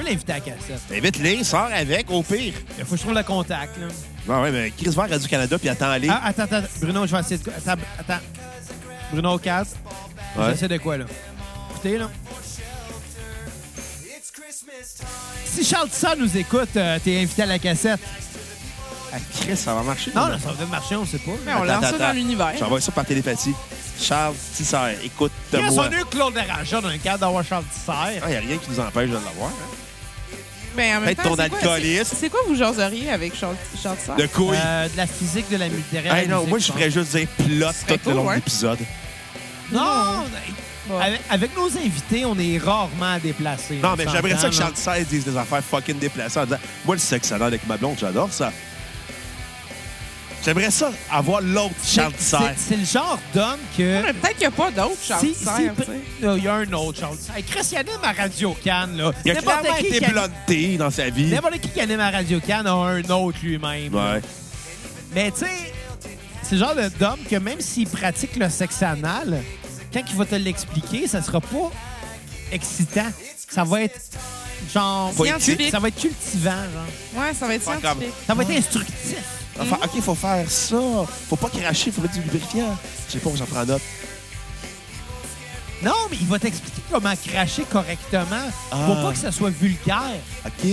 Speaker 2: Je veux l'inviter à la cassette.
Speaker 4: Invite-les, Ben, sors avec, au pire.
Speaker 2: Il faut que je trouve le contact, là.
Speaker 4: Non, ouais, mais Chris Vert, Radio-Canada, puis attends-les.
Speaker 2: Ah, attends, attends. Bruno, je vais essayer de quoi. Attends, attends. Bruno 4.
Speaker 4: Ouais.
Speaker 2: J'essaie de quoi, là? Écoutez, là. Si Charles Tissot nous écoute, euh, t'es invité à la cassette.
Speaker 4: Ah, Chris, ça va marcher.
Speaker 2: Non, non, ça va marcher, on sait pas.
Speaker 5: Mais
Speaker 4: *laughs*
Speaker 5: on
Speaker 4: Attends,
Speaker 5: lance ça
Speaker 4: attends.
Speaker 5: dans l'univers.
Speaker 4: J'envoie ça par télépathie. Charles Tissère,
Speaker 2: Chris,
Speaker 4: écoute-moi.
Speaker 2: on a eu Claude Léranger dans le cadre d'avoir Charles Tissot.
Speaker 4: Il n'y Ah, a rien qui nous empêche de l'avoir. hein.
Speaker 5: Ben, en même
Speaker 4: Peut-être
Speaker 5: temps,
Speaker 4: ton
Speaker 5: c'est quoi-
Speaker 4: alcoolisme.
Speaker 5: c'est- C'est quoi vous jaseriez avec Charles Charles Tissère?
Speaker 4: De couilles.
Speaker 2: Euh, de la physique de la musique. derrière
Speaker 4: Hey,
Speaker 2: la
Speaker 4: non,
Speaker 2: musique,
Speaker 4: moi, je
Speaker 2: pense.
Speaker 4: ferais juste dire plot
Speaker 5: serait
Speaker 4: tout le long
Speaker 5: cool,
Speaker 4: de
Speaker 2: hein.
Speaker 5: ouais.
Speaker 4: l'épisode.
Speaker 2: Non! mais-
Speaker 5: Bon.
Speaker 2: Avec, avec nos invités, on est rarement déplacés.
Speaker 4: Non,
Speaker 2: on
Speaker 4: mais j'aimerais
Speaker 2: s'entend,
Speaker 4: ça que
Speaker 2: là.
Speaker 4: Charles Tissère dise des affaires fucking déplacées en disant Moi, le sexe anal avec ma blonde, j'adore ça. J'aimerais ça avoir l'autre
Speaker 2: C'est-
Speaker 4: Charles Tissère.
Speaker 2: c'est- C'est le genre d'homme que.
Speaker 5: Mais Peut-être qu'il n'y a pas d'autres Charles
Speaker 2: Si-
Speaker 5: Tissère,
Speaker 2: si-
Speaker 5: tu sais.
Speaker 2: là, il y a un autre Charles Tissère. Hey, Chris, il anime à Radio Cannes, là.
Speaker 4: Il a
Speaker 2: N'importe
Speaker 4: clairement
Speaker 2: qui
Speaker 4: été
Speaker 2: qui anime-
Speaker 4: blunté dans sa vie.
Speaker 2: N'importe qui qui anime à Radio Cannes a un autre lui-même.
Speaker 4: Ouais.
Speaker 2: Mais tu sais, c'est le genre de- d'homme que même s'il pratique le sexe anal, quand il va te l'expliquer, ça sera pas excitant. Ça va être genre.
Speaker 5: Scientifique.
Speaker 2: Ça va être cultivant, genre.
Speaker 5: Ouais, ça va être
Speaker 4: Pas
Speaker 5: scientifique.
Speaker 2: Ça va être instructif.
Speaker 4: Enfin, OK, faut faire ça. Faut pas cracher, faut mettre du lubrifiant. Je sais pas, j'en prends note.
Speaker 2: Non, mais il va t'expliquer comment cracher correctement pour
Speaker 4: Ah.
Speaker 2: pas que ça soit vulgaire.
Speaker 4: OK.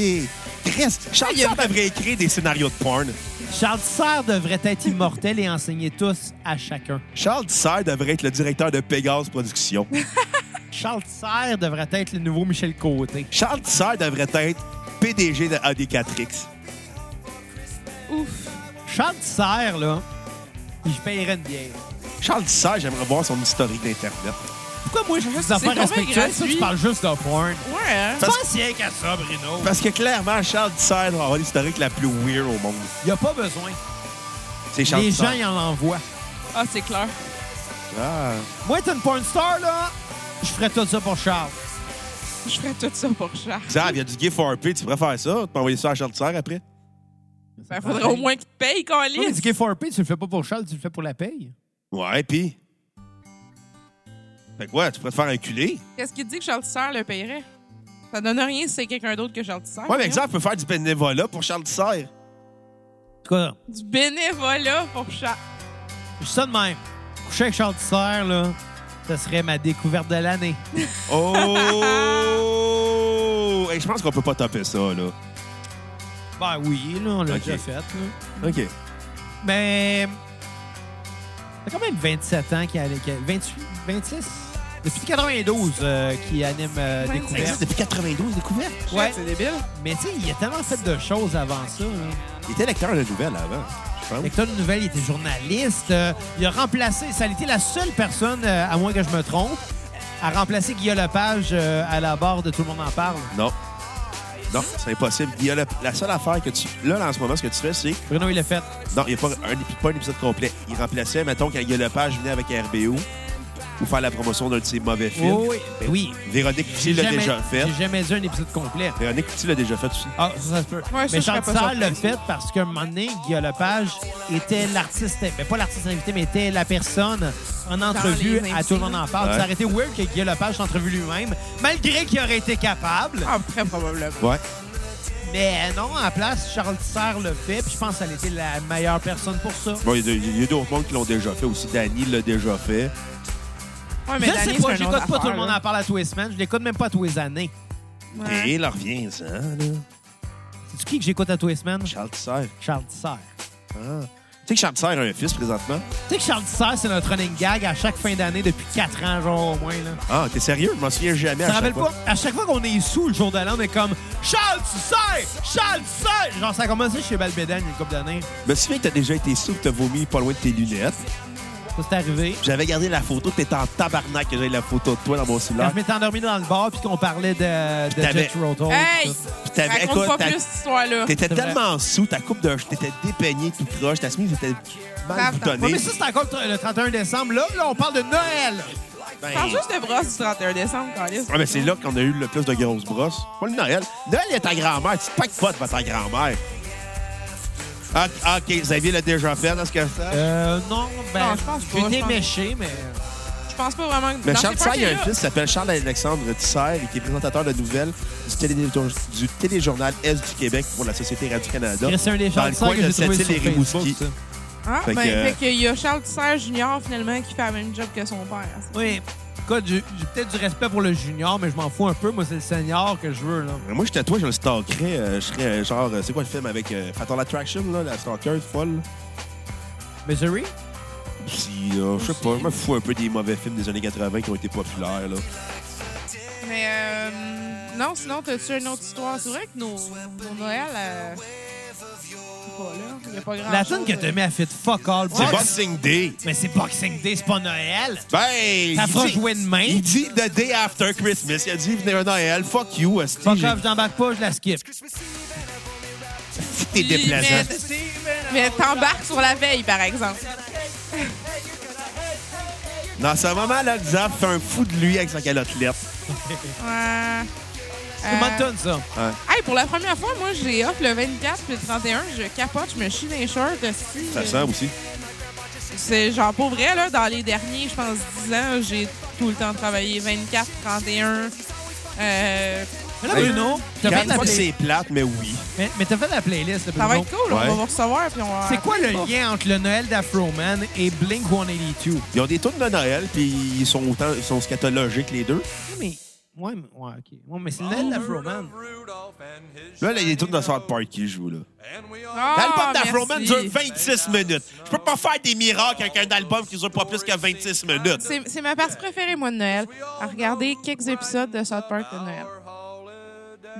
Speaker 4: Reste. Charles
Speaker 5: Ah, Il y a-
Speaker 4: Tissère devrait écrire des scénarios de porn.
Speaker 2: Charles Serre devrait être immortel et enseigner tous à chacun.
Speaker 4: Charles Tissère devrait être le directeur de Pégase
Speaker 5: *laughs*
Speaker 4: Productions.
Speaker 2: Charles Serre devrait être le nouveau Michel Côté.
Speaker 4: Charles Tissère devrait être PDG de AD4X.
Speaker 5: Ouf.
Speaker 2: Charles Serre, là, je paierais une bière.
Speaker 4: Charles Tissère, j'aimerais voir son historique d'Internet.
Speaker 2: Pourquoi moi, je fais des
Speaker 5: C'est
Speaker 2: affaires
Speaker 5: tombé
Speaker 2: respectueuses, toi,
Speaker 5: gratuit.
Speaker 2: tu parles juste de porn?
Speaker 5: Ouais, hein?
Speaker 4: Parce-
Speaker 2: Pas si rien qu'à ça, Bruno.
Speaker 4: Parce que clairement, Charles Tissère doit avoir l'historique la plus weird au monde.
Speaker 2: Il a pas besoin.
Speaker 4: C'est Charles
Speaker 2: Les gens,
Speaker 4: Tissère.
Speaker 2: ils en l'envoient.
Speaker 5: Ah, c'est clair.
Speaker 4: Ah.
Speaker 2: Moi, être une porn star, là, je ferais tout ça pour Charles.
Speaker 5: Je ferais tout ça pour Charles.
Speaker 4: Xav, il y a du gif for P, tu pourrais faire ça? Tu peux envoyer ça à Charles Tissère après?
Speaker 5: Ben, faudrait au moins qu'il te paye, Colin.
Speaker 2: Non, mais du gay 4P, tu le fais pas pour Charles, tu le fais pour la paye.
Speaker 4: Ouais, pis. Fait quoi? Tu pourrais te faire enculer?
Speaker 5: Qu'est-ce qu'il dit que Charles Tissère le paierait? Ça donne rien si c'est quelqu'un d'autre que Charles Tissère.
Speaker 4: Ouais, mais
Speaker 5: voyons.
Speaker 4: Xav peut faire du bénévolat pour Charles Tissère.
Speaker 2: En tout cas,
Speaker 5: Du bénévolat pour Charles.
Speaker 2: Je dis ça de même. Coucher avec Charles Tissère, là, ça serait ma découverte de l'année. *laughs*
Speaker 4: Oh! Hey, je pense qu'on peut pas taper ça, là.
Speaker 2: Ben oui, là, on l'a
Speaker 4: Ok.
Speaker 2: déjà fait. là.
Speaker 4: OK.
Speaker 2: Mais. Ça fait quand même 27 ans qu'il a. qu'il a- 28, 26? Depuis 92 euh, qu'il anime euh,
Speaker 5: 25.
Speaker 2: Découverte.
Speaker 4: depuis 92, découvert.
Speaker 2: Ouais.
Speaker 5: C'est débile.
Speaker 2: Mais tu sais, il a tellement fait de choses avant ça. là.
Speaker 4: Il était lecteur de nouvelles avant, je pense.
Speaker 2: Lecteur de nouvelles, il était journaliste. euh, il a remplacé. Ça a été la seule personne, euh, à moins que je me trompe, à remplacer Guillaume Lepage euh, à la barre de Tout le monde en parle.
Speaker 4: Non. Non, c'est impossible. Il y a le- la seule affaire que tu. Là, là, en ce moment, ce que tu fais, c'est.
Speaker 2: Bruno, il l'a fait.
Speaker 4: Non, il n'y a pas un, épi- pas un épisode complet. Il remplaçait, mettons, quand Guy Lepage venait avec RBO pour faire la promotion d'un de ses mauvais films.
Speaker 2: oui. Ben oui.
Speaker 4: Véronique Coutier l'a
Speaker 2: jamais-
Speaker 4: déjà fait.
Speaker 2: J'ai jamais vu un épisode complet.
Speaker 4: Véronique Coutier l'a déjà fait aussi.
Speaker 2: Ah, ça, ça se peut.
Speaker 5: Ouais, ça,
Speaker 2: mais
Speaker 5: je serais
Speaker 2: Charles
Speaker 5: pas
Speaker 2: Tissard
Speaker 5: surpris.
Speaker 2: l'a fait parce qu'à un moment donné, Guillaume Lepage était l'artiste, mais pas l'artiste invité, mais était la personne en entrevue
Speaker 5: les
Speaker 2: à Tout le monde en parle.
Speaker 4: Ouais.
Speaker 2: Ça aurait été weird que Guillaume Lepage s'entrevue lui-même, malgré qu'il aurait été capable.
Speaker 5: Ah, très probablement.
Speaker 4: Ouais.
Speaker 2: Mais euh, non, à la place, Charles Tissard l'a fait, puis je pense qu'elle était la meilleure personne pour ça.
Speaker 4: Bon, il y a- il y a d'autres mondes qui l'ont déjà fait aussi. Danny l'a déjà fait.
Speaker 5: Ouais, mais
Speaker 2: Je
Speaker 5: Dany,
Speaker 2: sais
Speaker 5: c'est
Speaker 2: pas,
Speaker 5: un
Speaker 2: j'écoute
Speaker 5: autre
Speaker 2: pas Tout
Speaker 5: affaire,
Speaker 2: le monde
Speaker 5: là.
Speaker 2: en parle à tous les semaines. Je l'écoute même pas à tous les années.
Speaker 5: Ouais.
Speaker 4: Et il en revient, ça, là.
Speaker 2: C'est qui que j'écoute à tous les semaines?
Speaker 4: Charles Tissère.
Speaker 2: Charles Tissard.
Speaker 4: Ah. Tu sais que Charles Tissère a un fils présentement?
Speaker 2: Tu sais que Charles Tissard, c'est notre running gag à chaque fin d'année depuis 4 ans, genre au moins, là.
Speaker 4: Ah, t'es sérieux? Je m'en souviens
Speaker 2: Ça
Speaker 4: jamais. à chaque
Speaker 2: rappelle
Speaker 4: fois.
Speaker 2: pas, à chaque fois qu'on est sous le jour de l'an, on est comme Charles, tu sais! Charles, tu sais! Genre, ça a commencé chez Balbédane il y a une couple d'années.
Speaker 4: Je me souviens que t'as déjà été sous que t'as vomi pas loin de tes lunettes.
Speaker 2: Ça, c'est arrivé.
Speaker 4: J'avais gardé la photo, t'étais en tabarnak que j'avais la photo de toi dans mon
Speaker 2: Quand
Speaker 4: cellulaire.
Speaker 2: je m'étais endormi dans le bar puis qu'on parlait de, de
Speaker 4: t'avais-
Speaker 2: Jet Rotor.
Speaker 5: Hey!
Speaker 4: Puis t'avais-
Speaker 5: Raconte
Speaker 4: écoute,
Speaker 5: pas
Speaker 4: t'as-
Speaker 5: plus cette histoire-là.
Speaker 4: T'étais
Speaker 2: C'est vrai.
Speaker 4: tellement sous, ta coupe de. T'étais dépeigné tout croche, ta chemise était mal
Speaker 5: Attends.
Speaker 4: boutonnée.
Speaker 2: Ouais, mais ça, c'est encore le 31 décembre. Là, là, on parle de Noël.
Speaker 4: Ben,
Speaker 5: Parle juste de brosse du 31 décembre, Carlis.
Speaker 4: ouais, mais c'est là qu'on a eu le plus de grosses brosses. Pas le Noël. Noël, il y a ta grand-mère. Tu te packes pas devant ta grand-mère. Ah, ah, OK, Xavier l'a déjà fait, dans ce cas là
Speaker 2: Euh, non, ben,
Speaker 5: Non, je pense
Speaker 2: je
Speaker 5: pas,
Speaker 2: suis
Speaker 5: je pense-
Speaker 2: déméché, mais.
Speaker 5: Je pense pas vraiment que.
Speaker 4: Mais
Speaker 5: dans
Speaker 4: Charles
Speaker 5: ces
Speaker 4: Tissère, il y a un
Speaker 5: parties-là-
Speaker 4: fils qui s'appelle Charles-Alexandre Tissère et qui est présentateur de nouvelles du, téléjour- du téléjournal Est du Québec pour la Société Radio-Canada.
Speaker 2: C'est un des
Speaker 4: Dans
Speaker 2: Charles
Speaker 4: le
Speaker 2: Tissard
Speaker 4: coin
Speaker 2: que
Speaker 4: de
Speaker 2: j'ai trouvé sur
Speaker 4: Sept-Îles et
Speaker 2: Facebook.
Speaker 4: Rimouski.
Speaker 2: ça.
Speaker 5: Ah,
Speaker 4: Fait
Speaker 5: ben,
Speaker 4: que-
Speaker 5: fait qu'il y a Charles Tissère Junior, finalement, qui fait la même job que son père.
Speaker 2: Oui. Écoute, j'ai j'ai peut-être du respect pour le junior, mais je m'en fous un peu. Moi, c'est le senior que je veux, là.
Speaker 4: Mais Moi, j'étais toi, je le stalkerais. euh, je serais euh, genre, euh, c'est quoi le film avec euh, Fatal Attraction, là, la stalker folle?
Speaker 2: Misery?
Speaker 4: Puis, euh, je sais pas, je me fous un peu des mauvais films des années 80 qui ont été populaires. Là.
Speaker 5: Mais euh, non, sinon, t'as-tu une autre histoire? C'est vrai que nos, nos Noël, euh, c'est pas là. Il y a pas
Speaker 4: Ah,
Speaker 5: grand
Speaker 2: La
Speaker 5: chose,
Speaker 2: tune que t'as
Speaker 5: euh.
Speaker 2: mis à fit fuck all.
Speaker 4: C'est
Speaker 2: Box-
Speaker 4: Boxing Day!
Speaker 2: Mais c'est Boxing Day, c'est pas Noël.
Speaker 4: Ben!
Speaker 2: Ça
Speaker 4: il
Speaker 2: fera
Speaker 4: dit-
Speaker 2: jouer demain.
Speaker 4: Il dit The Day After Christmas. Il a dit venez à Noël, fuck you, est-ce
Speaker 2: Fuck
Speaker 4: que j'ai-
Speaker 2: off, j'embarque pas, je la skip.
Speaker 4: t'es déplaisant?
Speaker 5: euh. Mais, mais t'embarques sur la veille, par exemple.
Speaker 4: Dans ce moment-là, Xav fait un fou de lui avec sa calottelette.
Speaker 5: Ouais.
Speaker 2: C'est
Speaker 5: Euh,
Speaker 2: une bonne tune, ça.
Speaker 5: hey, pour la première fois, moi, j'ai off le 24 puis le 31. Je capote, je me chie dans les shorts. esti.
Speaker 4: Ça sent aussi.
Speaker 5: C'est genre pour vrai, là, dans les derniers, je pense, 10 ans, j'ai tout le temps travaillé 24, 31. Euh,
Speaker 2: Mais là,
Speaker 4: Hey.
Speaker 2: Bruno, t'as fait,
Speaker 4: Regarde
Speaker 2: la
Speaker 4: pas que
Speaker 2: play-
Speaker 4: c'est plate, mais oui.
Speaker 2: mais, mais t'as fait la playlist, là,
Speaker 5: ça va
Speaker 2: Bruno.
Speaker 5: être cool,
Speaker 4: Ouais.
Speaker 5: on va vous recevoir. Puis on va-
Speaker 2: C'est quoi le lien entre le Noël d'Afroman et Blink 182?
Speaker 4: Ils ont des tours de Noël, puis ils sont autant, ils sont scatologiques les deux.
Speaker 2: Mais. Ouais, mais, ouais, ok. Ouais, mais c'est le Noël d'Afroman.
Speaker 4: Là, là, il y a des tours de South Park qui jouent, là.
Speaker 5: Ah,
Speaker 4: L'album d'Afroman
Speaker 5: merci.
Speaker 4: dure 26 minutes. Je peux pas faire des miracles avec un album qui dure pas plus que 26 minutes.
Speaker 5: C'est c'est ma partie préférée, moi, de Noël. À regarder quelques épisodes de South Park de Noël.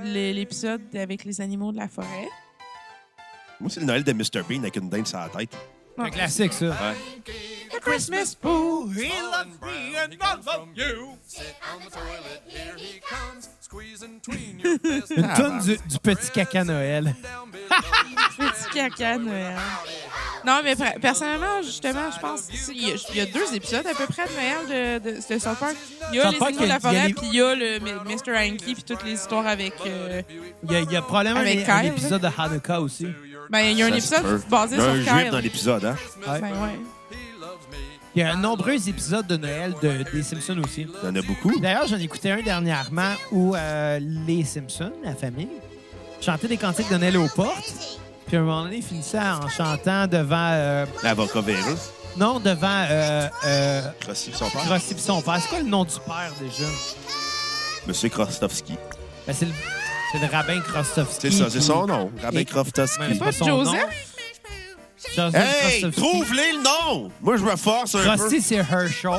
Speaker 5: Les- L'épisode avec les animaux de la forêt.
Speaker 4: Moi, c'est le Noël de Mr. Bean avec une dinde sur la tête.
Speaker 2: C'est un classique, ça.
Speaker 5: A Christmas Pooh!
Speaker 2: He loves me and I love you. *laughs* Une tune du, du petit caca Noël.
Speaker 5: Petit caca de Noël. Non, mais pre- personnellement, justement, je pense qu'il y, a- il y a deux épisodes à peu près de Noël de, de, de South Park. Il y a
Speaker 2: South
Speaker 5: les
Speaker 2: Park,
Speaker 5: animaux de la
Speaker 2: il y a- il
Speaker 5: forêt,
Speaker 2: y a
Speaker 5: puis il y a le M- Mr. Hanky, puis toutes les histoires avec... euh,
Speaker 2: Il y a, il y a probablement un,
Speaker 5: Avec
Speaker 2: un
Speaker 5: Kyle.
Speaker 2: épisode de Hanukkah aussi.
Speaker 5: ben, il y a un
Speaker 4: Ça se peut.
Speaker 5: épisode basé
Speaker 4: Il y a
Speaker 5: sur
Speaker 4: un juif
Speaker 5: Kyle.
Speaker 4: dans l'épisode, hein?
Speaker 2: Ouais.
Speaker 5: Ben, ouais.
Speaker 2: Il y a nombreux épisodes de Noël de, des Simpsons aussi.
Speaker 4: Il y en a beaucoup.
Speaker 2: D'ailleurs, j'en écoutais un dernièrement où euh, les Simpsons, la famille, chantaient des cantiques de Noël aux portes. Puis à un moment donné, ils finissaient en chantant devant euh,
Speaker 4: L'avocat Vérus.
Speaker 2: Non, devant euh, euh,
Speaker 4: Crossi, son père.
Speaker 2: Rossi pis son père. C'est quoi le nom du père déjà?
Speaker 4: Monsieur Krostovski.
Speaker 2: Ben, c'est le, c'est le rabbin Krostovski.
Speaker 4: C'est ça, c'est
Speaker 2: puis-
Speaker 4: son nom. Rabbi
Speaker 2: Et-
Speaker 4: Krostovski.
Speaker 2: C'est pas son
Speaker 5: Joseph?
Speaker 2: nom. Joseph
Speaker 4: Hey,
Speaker 2: Krostovski.
Speaker 4: trouve-les le nom! Moi, je me force un peu.
Speaker 2: Krossi, c'est Herschel.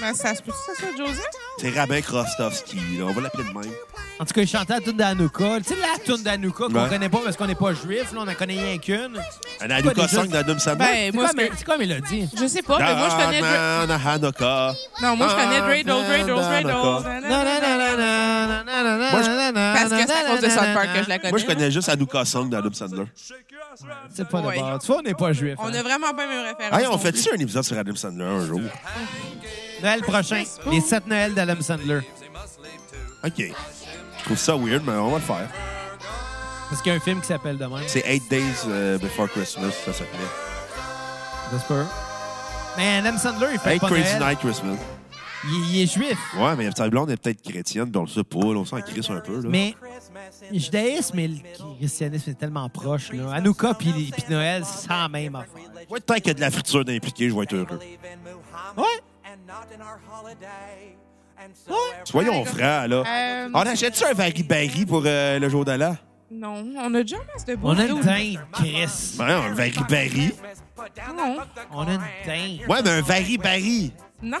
Speaker 5: Ben, ça se peut que ça soit Joseph?
Speaker 4: C'est Rabbi Krostovski, là. On va l'appeler de même.
Speaker 2: En tout cas, il chantait la tune d'Anouka. Tu sais, la tune d'Anouka qu'on
Speaker 4: Ouais.
Speaker 2: connaît pas parce qu'on n'est pas juif, là, on en connaît rien qu'une.
Speaker 4: Un Hanouka
Speaker 2: des
Speaker 4: 5
Speaker 2: jeux-
Speaker 4: d'Adam Samuel.
Speaker 5: Ben,
Speaker 2: C'est
Speaker 5: moi,
Speaker 2: quoi,
Speaker 5: ce que-
Speaker 2: mais- c'est quoi mélodie?
Speaker 5: je sais pas, Ah, mais moi, je connais... Dra-
Speaker 4: Hanouka.
Speaker 5: Non, moi, je connais Dreidel, Dreidel, Dreidel. Parce
Speaker 2: Parce
Speaker 5: que c'est à cause de South Park que je la connais.
Speaker 4: Moi, je connais juste Hanouka 5 d'Adam Sandler.
Speaker 2: C'est pas de
Speaker 5: Ouais.
Speaker 2: bord. Tu vois, on n'est pas hein. juif.
Speaker 5: On a vraiment pas mes références.
Speaker 4: Hey, on fait-tu un épisode sur Adam Sandler un jour?
Speaker 2: Noël prochain. Les 7 Noëls d'Adam Sandler.
Speaker 4: OK. Je trouve ça weird, mais on va le faire.
Speaker 2: Parce qu'il y a un film qui s'appelle demain.
Speaker 4: C'est 8 Days euh, Before Christmas, ça s'appelait.
Speaker 2: Ça se peut. Mais Adam Sandler, il fait
Speaker 4: 8
Speaker 2: pas
Speaker 4: Crazy
Speaker 2: Noël.
Speaker 4: Night Christmas.
Speaker 2: Il, il est juif.
Speaker 4: Ouais, mais ta blonde est peut-être chrétienne, donc on le sait pas. là, On s'en crisse un peu. Là.
Speaker 2: Mais judaïsme et le christianisme est tellement proche. Là. Hanouka puis puis Noël, c'est la même affaire.
Speaker 4: Ouais, tant qu'il y a de la friture d'impliquer, je vais être heureux.
Speaker 2: Ouais.
Speaker 6: Ouais.
Speaker 4: Soyons francs, là.
Speaker 5: Euh,
Speaker 4: On achète-tu un Vary-Barry pour euh, le jour d'Allah?
Speaker 5: Non, on a déjà un masque de boue.
Speaker 2: On a
Speaker 5: d'eau.
Speaker 2: une dinde, Chris.
Speaker 4: Ben, un Vary-Barry.
Speaker 5: Non.
Speaker 2: On a une dinde.
Speaker 4: Ouais, mais un Vary-Barry.
Speaker 5: Non.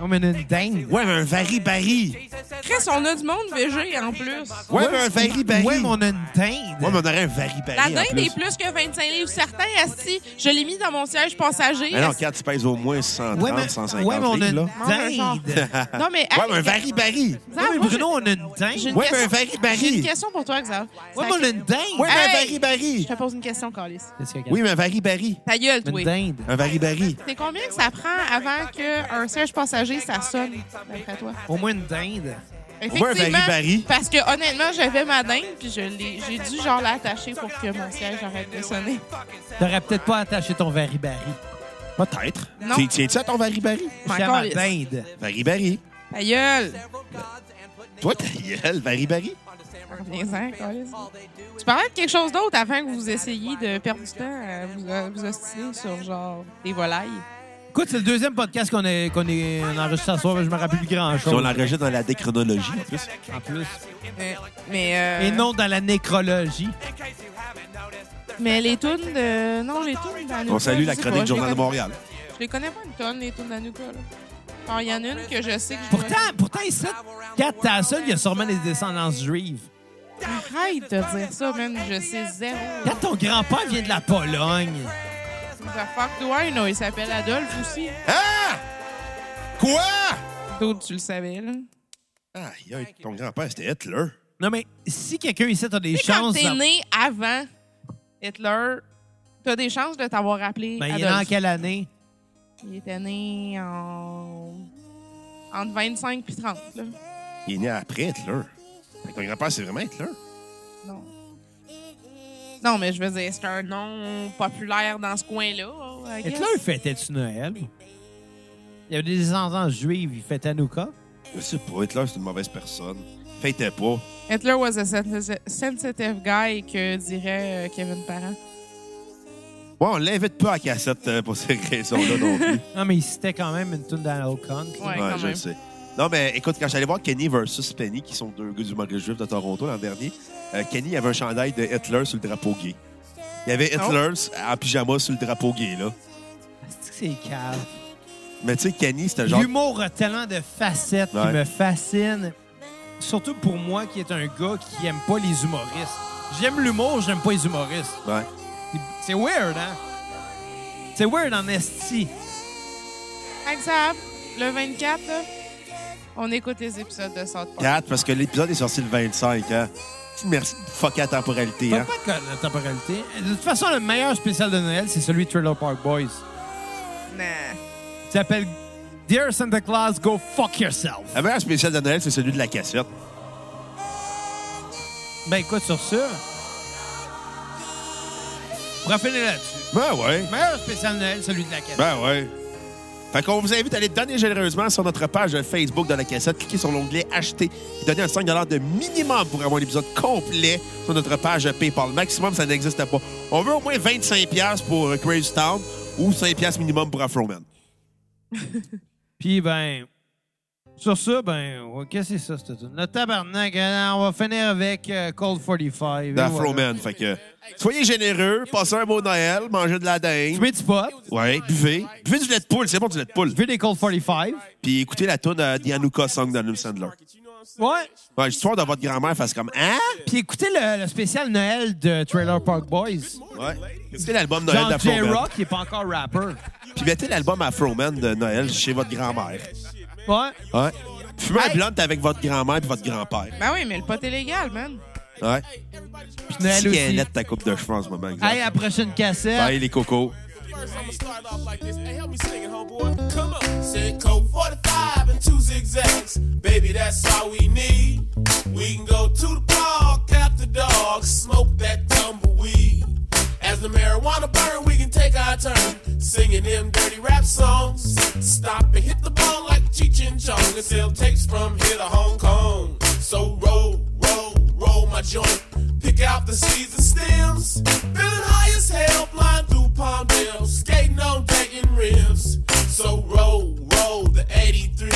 Speaker 2: On a une dinde.
Speaker 4: Ouais, mais un Vary-Barry.
Speaker 5: Chris, on a du monde végé en plus.
Speaker 4: Ouais, mais un Vary-Barry.
Speaker 2: Ouais, mais on a une dinde.
Speaker 4: Ouais, mais on aurait un Vary-Barry.
Speaker 5: La
Speaker 4: en
Speaker 5: dinde
Speaker 4: plus.
Speaker 5: est plus que 25 livres. Certains, assis, je l'ai mis dans mon siège passager.
Speaker 4: Mais non,
Speaker 5: Asti.
Speaker 4: quand tu pèses au moins 130,
Speaker 2: Ouais, mais,
Speaker 4: 150
Speaker 2: ouais, mais on a
Speaker 4: livres,
Speaker 2: une
Speaker 4: là.
Speaker 2: dinde.
Speaker 4: *laughs*
Speaker 5: Non, mais.
Speaker 4: Ouais,
Speaker 5: hey,
Speaker 4: mais un Vary-Barry.
Speaker 5: Xav,
Speaker 2: Ouais, mais
Speaker 5: moi,
Speaker 2: Bruno, on a une
Speaker 5: j'ai- j'ai
Speaker 2: dinde.
Speaker 5: une
Speaker 4: Ouais, mais un
Speaker 5: question-
Speaker 4: Vary-Barry.
Speaker 5: J'ai une question pour toi, Xav.
Speaker 2: Ouais, mais on a une dinde.
Speaker 4: Ouais, mais un
Speaker 5: Hey! Je
Speaker 4: Vary-Barry.
Speaker 5: te pose une question, Carlis.
Speaker 2: Qu'est-ce qu'il y a,
Speaker 4: Oui, mais un Vary-Barry.
Speaker 5: Ta gueule,
Speaker 2: Une
Speaker 5: toi.
Speaker 2: dinde.
Speaker 4: Un Vary-Barry.
Speaker 5: C'est combien que ça prend avant qu'un siège passager, ça sonne, d'après toi?
Speaker 2: Au moins une dinde.
Speaker 4: moins un
Speaker 5: Effectivement,
Speaker 4: Vary-Vary.
Speaker 5: parce que honnêtement, j'avais ma dinde, puis je l'ai- j'ai dû genre l'attacher pour que mon siège arrête de sonner.
Speaker 2: T'aurais peut-être pas attaché ton varibari.
Speaker 4: Peut-être.
Speaker 5: Non.
Speaker 4: Tu- Tiens-tu à ton Vary-Barry?
Speaker 2: J'ai
Speaker 5: Encore
Speaker 2: ma
Speaker 5: lisse.
Speaker 2: dinde.
Speaker 4: Vary-Barry.
Speaker 5: Ta gueule!
Speaker 4: Toi, ta gueule, Vary-Barry.
Speaker 5: Reviens-en, Carlis. Tu parlais de quelque chose d'autre avant que vous essayiez de perdre du temps à vous, à vous ostiner sur genre des volailles.
Speaker 2: Écoute, c'est le deuxième podcast qu'on est, qu'on est on a enregistré ce soir, mais je me rappelle plus
Speaker 4: Si on
Speaker 2: grand-chose.
Speaker 4: l'enregistre dans la déchronologie, en plus.
Speaker 2: En plus.
Speaker 5: Mais, mais, euh,
Speaker 2: Et non dans la nécrologie.
Speaker 5: Mais les tunes de. Non, les tunes d'Anouka.
Speaker 4: On salue la
Speaker 5: je sais
Speaker 4: chronique du
Speaker 5: pas, je
Speaker 4: Journal
Speaker 5: les
Speaker 4: de
Speaker 5: connais-
Speaker 4: Montréal.
Speaker 5: Je les connais pas une tonne, les tunes d'Anouka. là. Alors, il y en a une que je sais que je.
Speaker 2: Pourtant, pourtant ici, quand t'as seul, il y a sûrement des descendances juives.
Speaker 5: Arrête de dire ça, même. Je sais zéro.
Speaker 2: Quand ton grand-père vient de la Pologne,
Speaker 5: The fuck do I know? Il s'appelle Adolphe aussi.
Speaker 4: Ah! Quoi?
Speaker 5: D'autres, tu le savais, là.
Speaker 4: Ah, ton grand-père, c'était Hitler.
Speaker 2: non mais si quelqu'un ici a des
Speaker 5: Tu sais, quand
Speaker 2: chances,
Speaker 5: t'es
Speaker 2: ben,
Speaker 5: né avant Hitler, t'as des chances de t'avoir appelé.
Speaker 2: Ben, il est né en
Speaker 5: Adolphe.
Speaker 2: quelle année?
Speaker 5: Il était né en. entre 25 puis 30, là.
Speaker 4: Il est né après Hitler. Fait que Ton grand-père, c'est vraiment Hitler.
Speaker 5: Non. Non, mais je veux dire, c'est un nom populaire dans ce coin-là. I guess.
Speaker 2: Hitler fêtait-tu Noël? Il y avait des descendances juives, il fêtait Hanouka.
Speaker 4: Je sais pas, Hitler, c'est une mauvaise personne. Faites pas.
Speaker 5: Hitler was a sensi- sensitive guy que dirait euh, Kevin Parent.
Speaker 4: Ouais, on l'invite pas à cassette euh, pour ces raisons-là non
Speaker 5: *laughs*
Speaker 4: plus.
Speaker 2: Non, mais il citait quand même une tune d'Anal Kunk.
Speaker 5: Ouais, quand
Speaker 4: je
Speaker 5: même.
Speaker 4: le sais. Non, mais écoute, quand j'allais voir Kenny versus Penny, qui sont deux gars du Maurice juif de Toronto l'an dernier, euh, Kenny avait un chandail de Hitler sur le drapeau gay. Il y avait
Speaker 5: Ah
Speaker 4: Hitler en pyjama sur le drapeau gay, là.
Speaker 2: C'est que c'est calme.
Speaker 4: Mais tu sais, Kenny, c'était genre.
Speaker 2: L'humour a tellement de facettes qui
Speaker 4: Ouais.
Speaker 2: me fascinent. Surtout pour moi, qui est un gars qui aime pas les humoristes. J'aime l'humour, j'aime pas les humoristes.
Speaker 4: Ouais.
Speaker 2: C'est- C'est weird, hein? C'est weird en esti.
Speaker 5: Exemple, le 24, là, on écoute les épisodes de South Park.
Speaker 4: 4, parce que l'épisode est sorti le 25, hein. Merci de fucker la temporalité,
Speaker 2: T'as
Speaker 4: hein.
Speaker 2: pas de code, la temporalité. De toute façon, le meilleur spécial de Noël, c'est celui de Trailer Park Boys.
Speaker 5: Nah.
Speaker 2: Il s'appelle Dear Santa Claus, Go Fuck Yourself.
Speaker 4: La meilleure spéciale de Noël, c'est celui de la cassette.
Speaker 2: Ben écoute, sur ça, on va finir là-dessus.
Speaker 4: Ben ouais.
Speaker 2: Meilleur spécial de Noël, celui de la cassette.
Speaker 4: Ben ouais. Fait qu'on vous invite à aller donner généreusement sur notre page Facebook de la cassette. Cliquez sur l'onglet Acheter et donnez un 5 de minimum pour avoir un épisode complet sur notre page PayPal. Maximum, ça n'existe pas. On veut au moins 25$ pour euh, Crazy Town. ou 5 piastres minimum pour Afroman.
Speaker 2: Puis, ben, sur ça, ben, ouais, qu'est-ce que c'est ça, cette tune? Le tabarnak, euh, on va finir avec euh, Cold 45. et voilà.
Speaker 4: D'Afroman. Fait que soyez généreux, passez un beau Noël, mangez de la dinde.
Speaker 2: Fumez du pot,
Speaker 4: Ouais, buvez. Buvez du lait de poule, c'est bon du lait de poule.
Speaker 2: buvez des Cold 45.
Speaker 4: Puis écoutez la tune euh, The Hanukkah Song d'Anum Sandler.
Speaker 2: Ouais.
Speaker 4: Ouais, l'histoire de votre grand-mère fasse comme Hein?
Speaker 2: Puis écoutez le, le spécial Noël de Trailer Park Boys.
Speaker 4: Ouais. Écoutez l'album Noël
Speaker 2: Genre
Speaker 4: d'Afroman.
Speaker 2: J-Rock, il est pas encore rapper.
Speaker 4: Puis mettez l'album Afroman de Noël chez votre grand-mère.
Speaker 2: Ouais.
Speaker 4: Ouais. Fumez un
Speaker 2: Hey.
Speaker 4: blunt avec votre grand-mère et votre grand-père.
Speaker 5: Ben oui, mais le pot est légal, man.
Speaker 4: Ouais.
Speaker 2: Puis Noël
Speaker 4: Si elle
Speaker 2: aussi.
Speaker 4: est ta coupe de cheveux en ce moment, exact.
Speaker 2: Hey, à la prochaine cassette.
Speaker 4: Bye les cocos.
Speaker 3: First, I'ma start off like this. Hey, help me sing it, homeboy. Come on. Said code 45 and two zigzags. Baby, that's all we need. We can go to the park, cap the dog, smoke that tumbleweed. As the marijuana burn, we can take our turn singing them dirty rap songs. Stop and hit the ball like Cheech and Chong. It sell tapes from here to Hong Kong. So roll, roll, roll my joint. Pick out the seeds and stems. Feeling high as hell, flying through palm Palmdale, skating on Dayton rims. So roll, roll the 83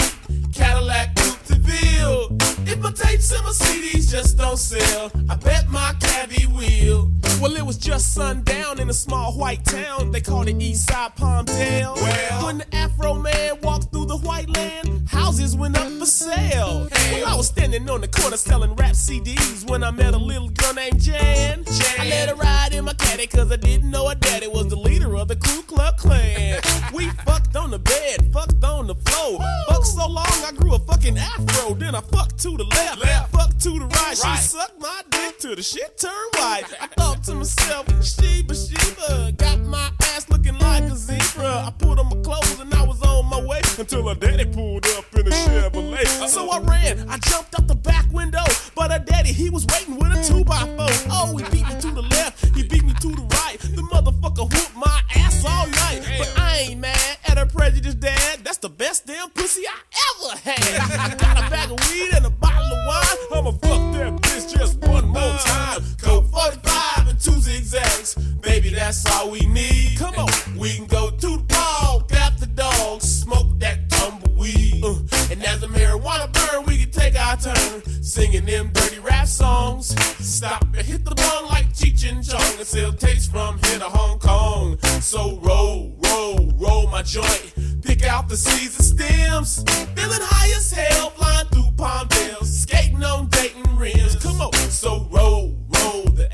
Speaker 3: Cadillac coupe to Ville. If my tapes and my CDs just don't sell, I bet my caddy will. Well, it was just sundown in a small white town. They called it Eastside Palmdale. Well, when the Afro man walked through the white land, houses went up for sale. Well, I was standing on the corner selling rap CDs when I met a little girl named Jan. I let her ride in my caddy cause I didn't know her daddy was the leader of the Ku Klux Klan. we fucked on the bed, fucked on the floor. Fucked so long I grew a fucking afro. Then I fucked to the left, fucked to the right. She sucked my dick till the shit turned white. I thought to myself, Sheba Sheba, got my ass looking like a zebra. I put on my clothes and I was on my way until her daddy pulled up in a Chevrolet. So I ran, I jumped out the back window, but her daddy he was waiting with a two by four. Oh, he beat me to the left, he beat me to the right. The motherfucker whooped my ass all night, but I ain't mad at her prejudiced dad. That's the best damn pussy I ever had. *laughs* I got a bag of weed and a bottle of wine. I'ma fuck that bitch just one more time. Go 45 and two zigzags, baby. That's all we need. Come on, we can go to the park, grab the dog, smoke that tumbleweed. Uh, and as the marijuana burn, we can take our turn singing them dirty rap songs. Stop and hit the bun like Cheech and Chong and sell tapes from here to Hong Kong. So roll, roll, roll my joint. Pick out the seeds and stems. Feeling high as hell, flying through palm Palmdale, skating on Dayton rims. Come on, so roll, roll the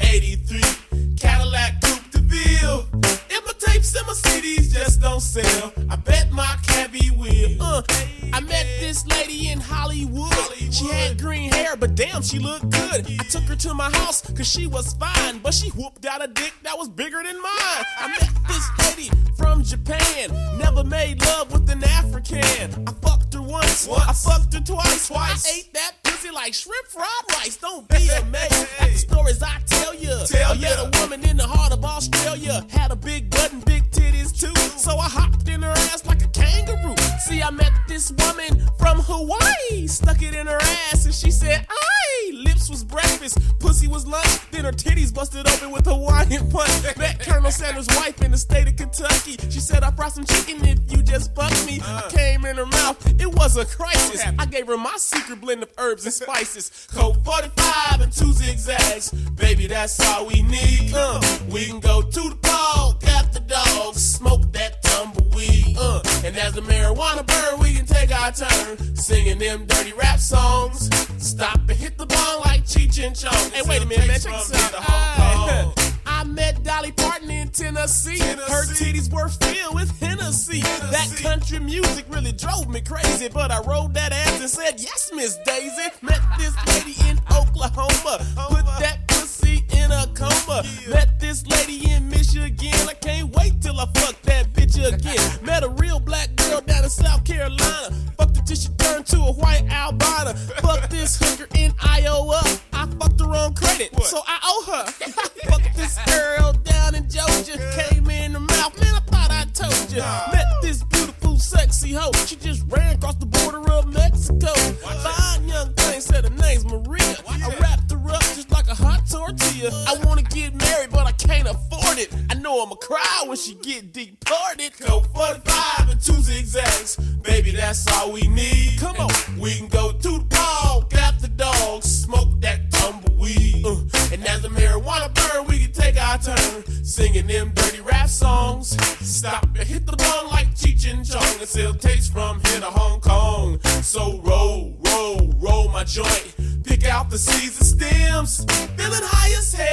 Speaker 3: 83 Cadillac Coupe de Ville. If my tapes and my CDs just don't sell, I bet my cabbie will. Uh, I met this lady in Hollywood. She had green hair, but damn, she looked good. I took her to my house because she was fine, but she whooped out a dick that was bigger than mine. I met this lady from Japan, never made love with an African. I fucked her once, I fucked her twice. twice. I ate that pussy like shrimp fried rice. Don't be amazed at the stories I tell you. Tell I met a woman in the heart of Australia, had a big butt and big titties too. So I hopped in her ass like a kangaroo. See, I met this woman from Hawaii, stuck it in her ass, and she said, "Aye, lips was breakfast, pussy was lunch." Then her titties busted open with Hawaiian punch. Met Colonel Sanders' wife in the state of Kentucky. She said, "I fried some chicken if you just fuck me." I came in her mouth. It was a crisis. I gave her my secret blend of herbs and spices. Code 45 and two zigzags. Baby, that's all we need. Uh, we can go to the park, got the dog, smoke that tumbleweed. Uh, and as the marijuana burn, we can take our turn singing them dirty rap songs. Stop and hit the ball like Cheech and Chong. Hey, wait a minute, man. Check this out. I- I met Dolly Parton in Tennessee. Her titties were filled with Hennessy. That country music really drove me crazy, but I rolled that ass and said, Yes, Miss Daisy. Met this lady in Oklahoma. Put that pussy in a coma. Met this lady in Michigan. I can't wait till I fuck that bitch again. Met a real black girl down in South Carolina. Fucked her till she turned to a white albino. Fucked this hooker in Iowa. I fucked her on credit, so I owe her. fucked this girl down in Georgia. Came in the mouth, man. I thought I told you. Met this beautiful, sexy hoe. She just ran across the border of Mexico. Fine young thing said her name's Maria. I wrapped her up just like a hot tortilla. I wanna get married, but I can't can't afford it. I know I'ma cry when she get deported. Go for the five and two zigzags. Baby, that's all we need. Come on. We can go to the ball, clap the dogs, smoke that tumbleweed. Uh, and as the marijuana burn, we can take our turn singing them dirty rap songs. Stop and hit the bong like Cheech and Chong and sell tapes from here to Hong Kong. So roll, roll, roll my joint. Pick out the seeds and stems. Feeling high as hell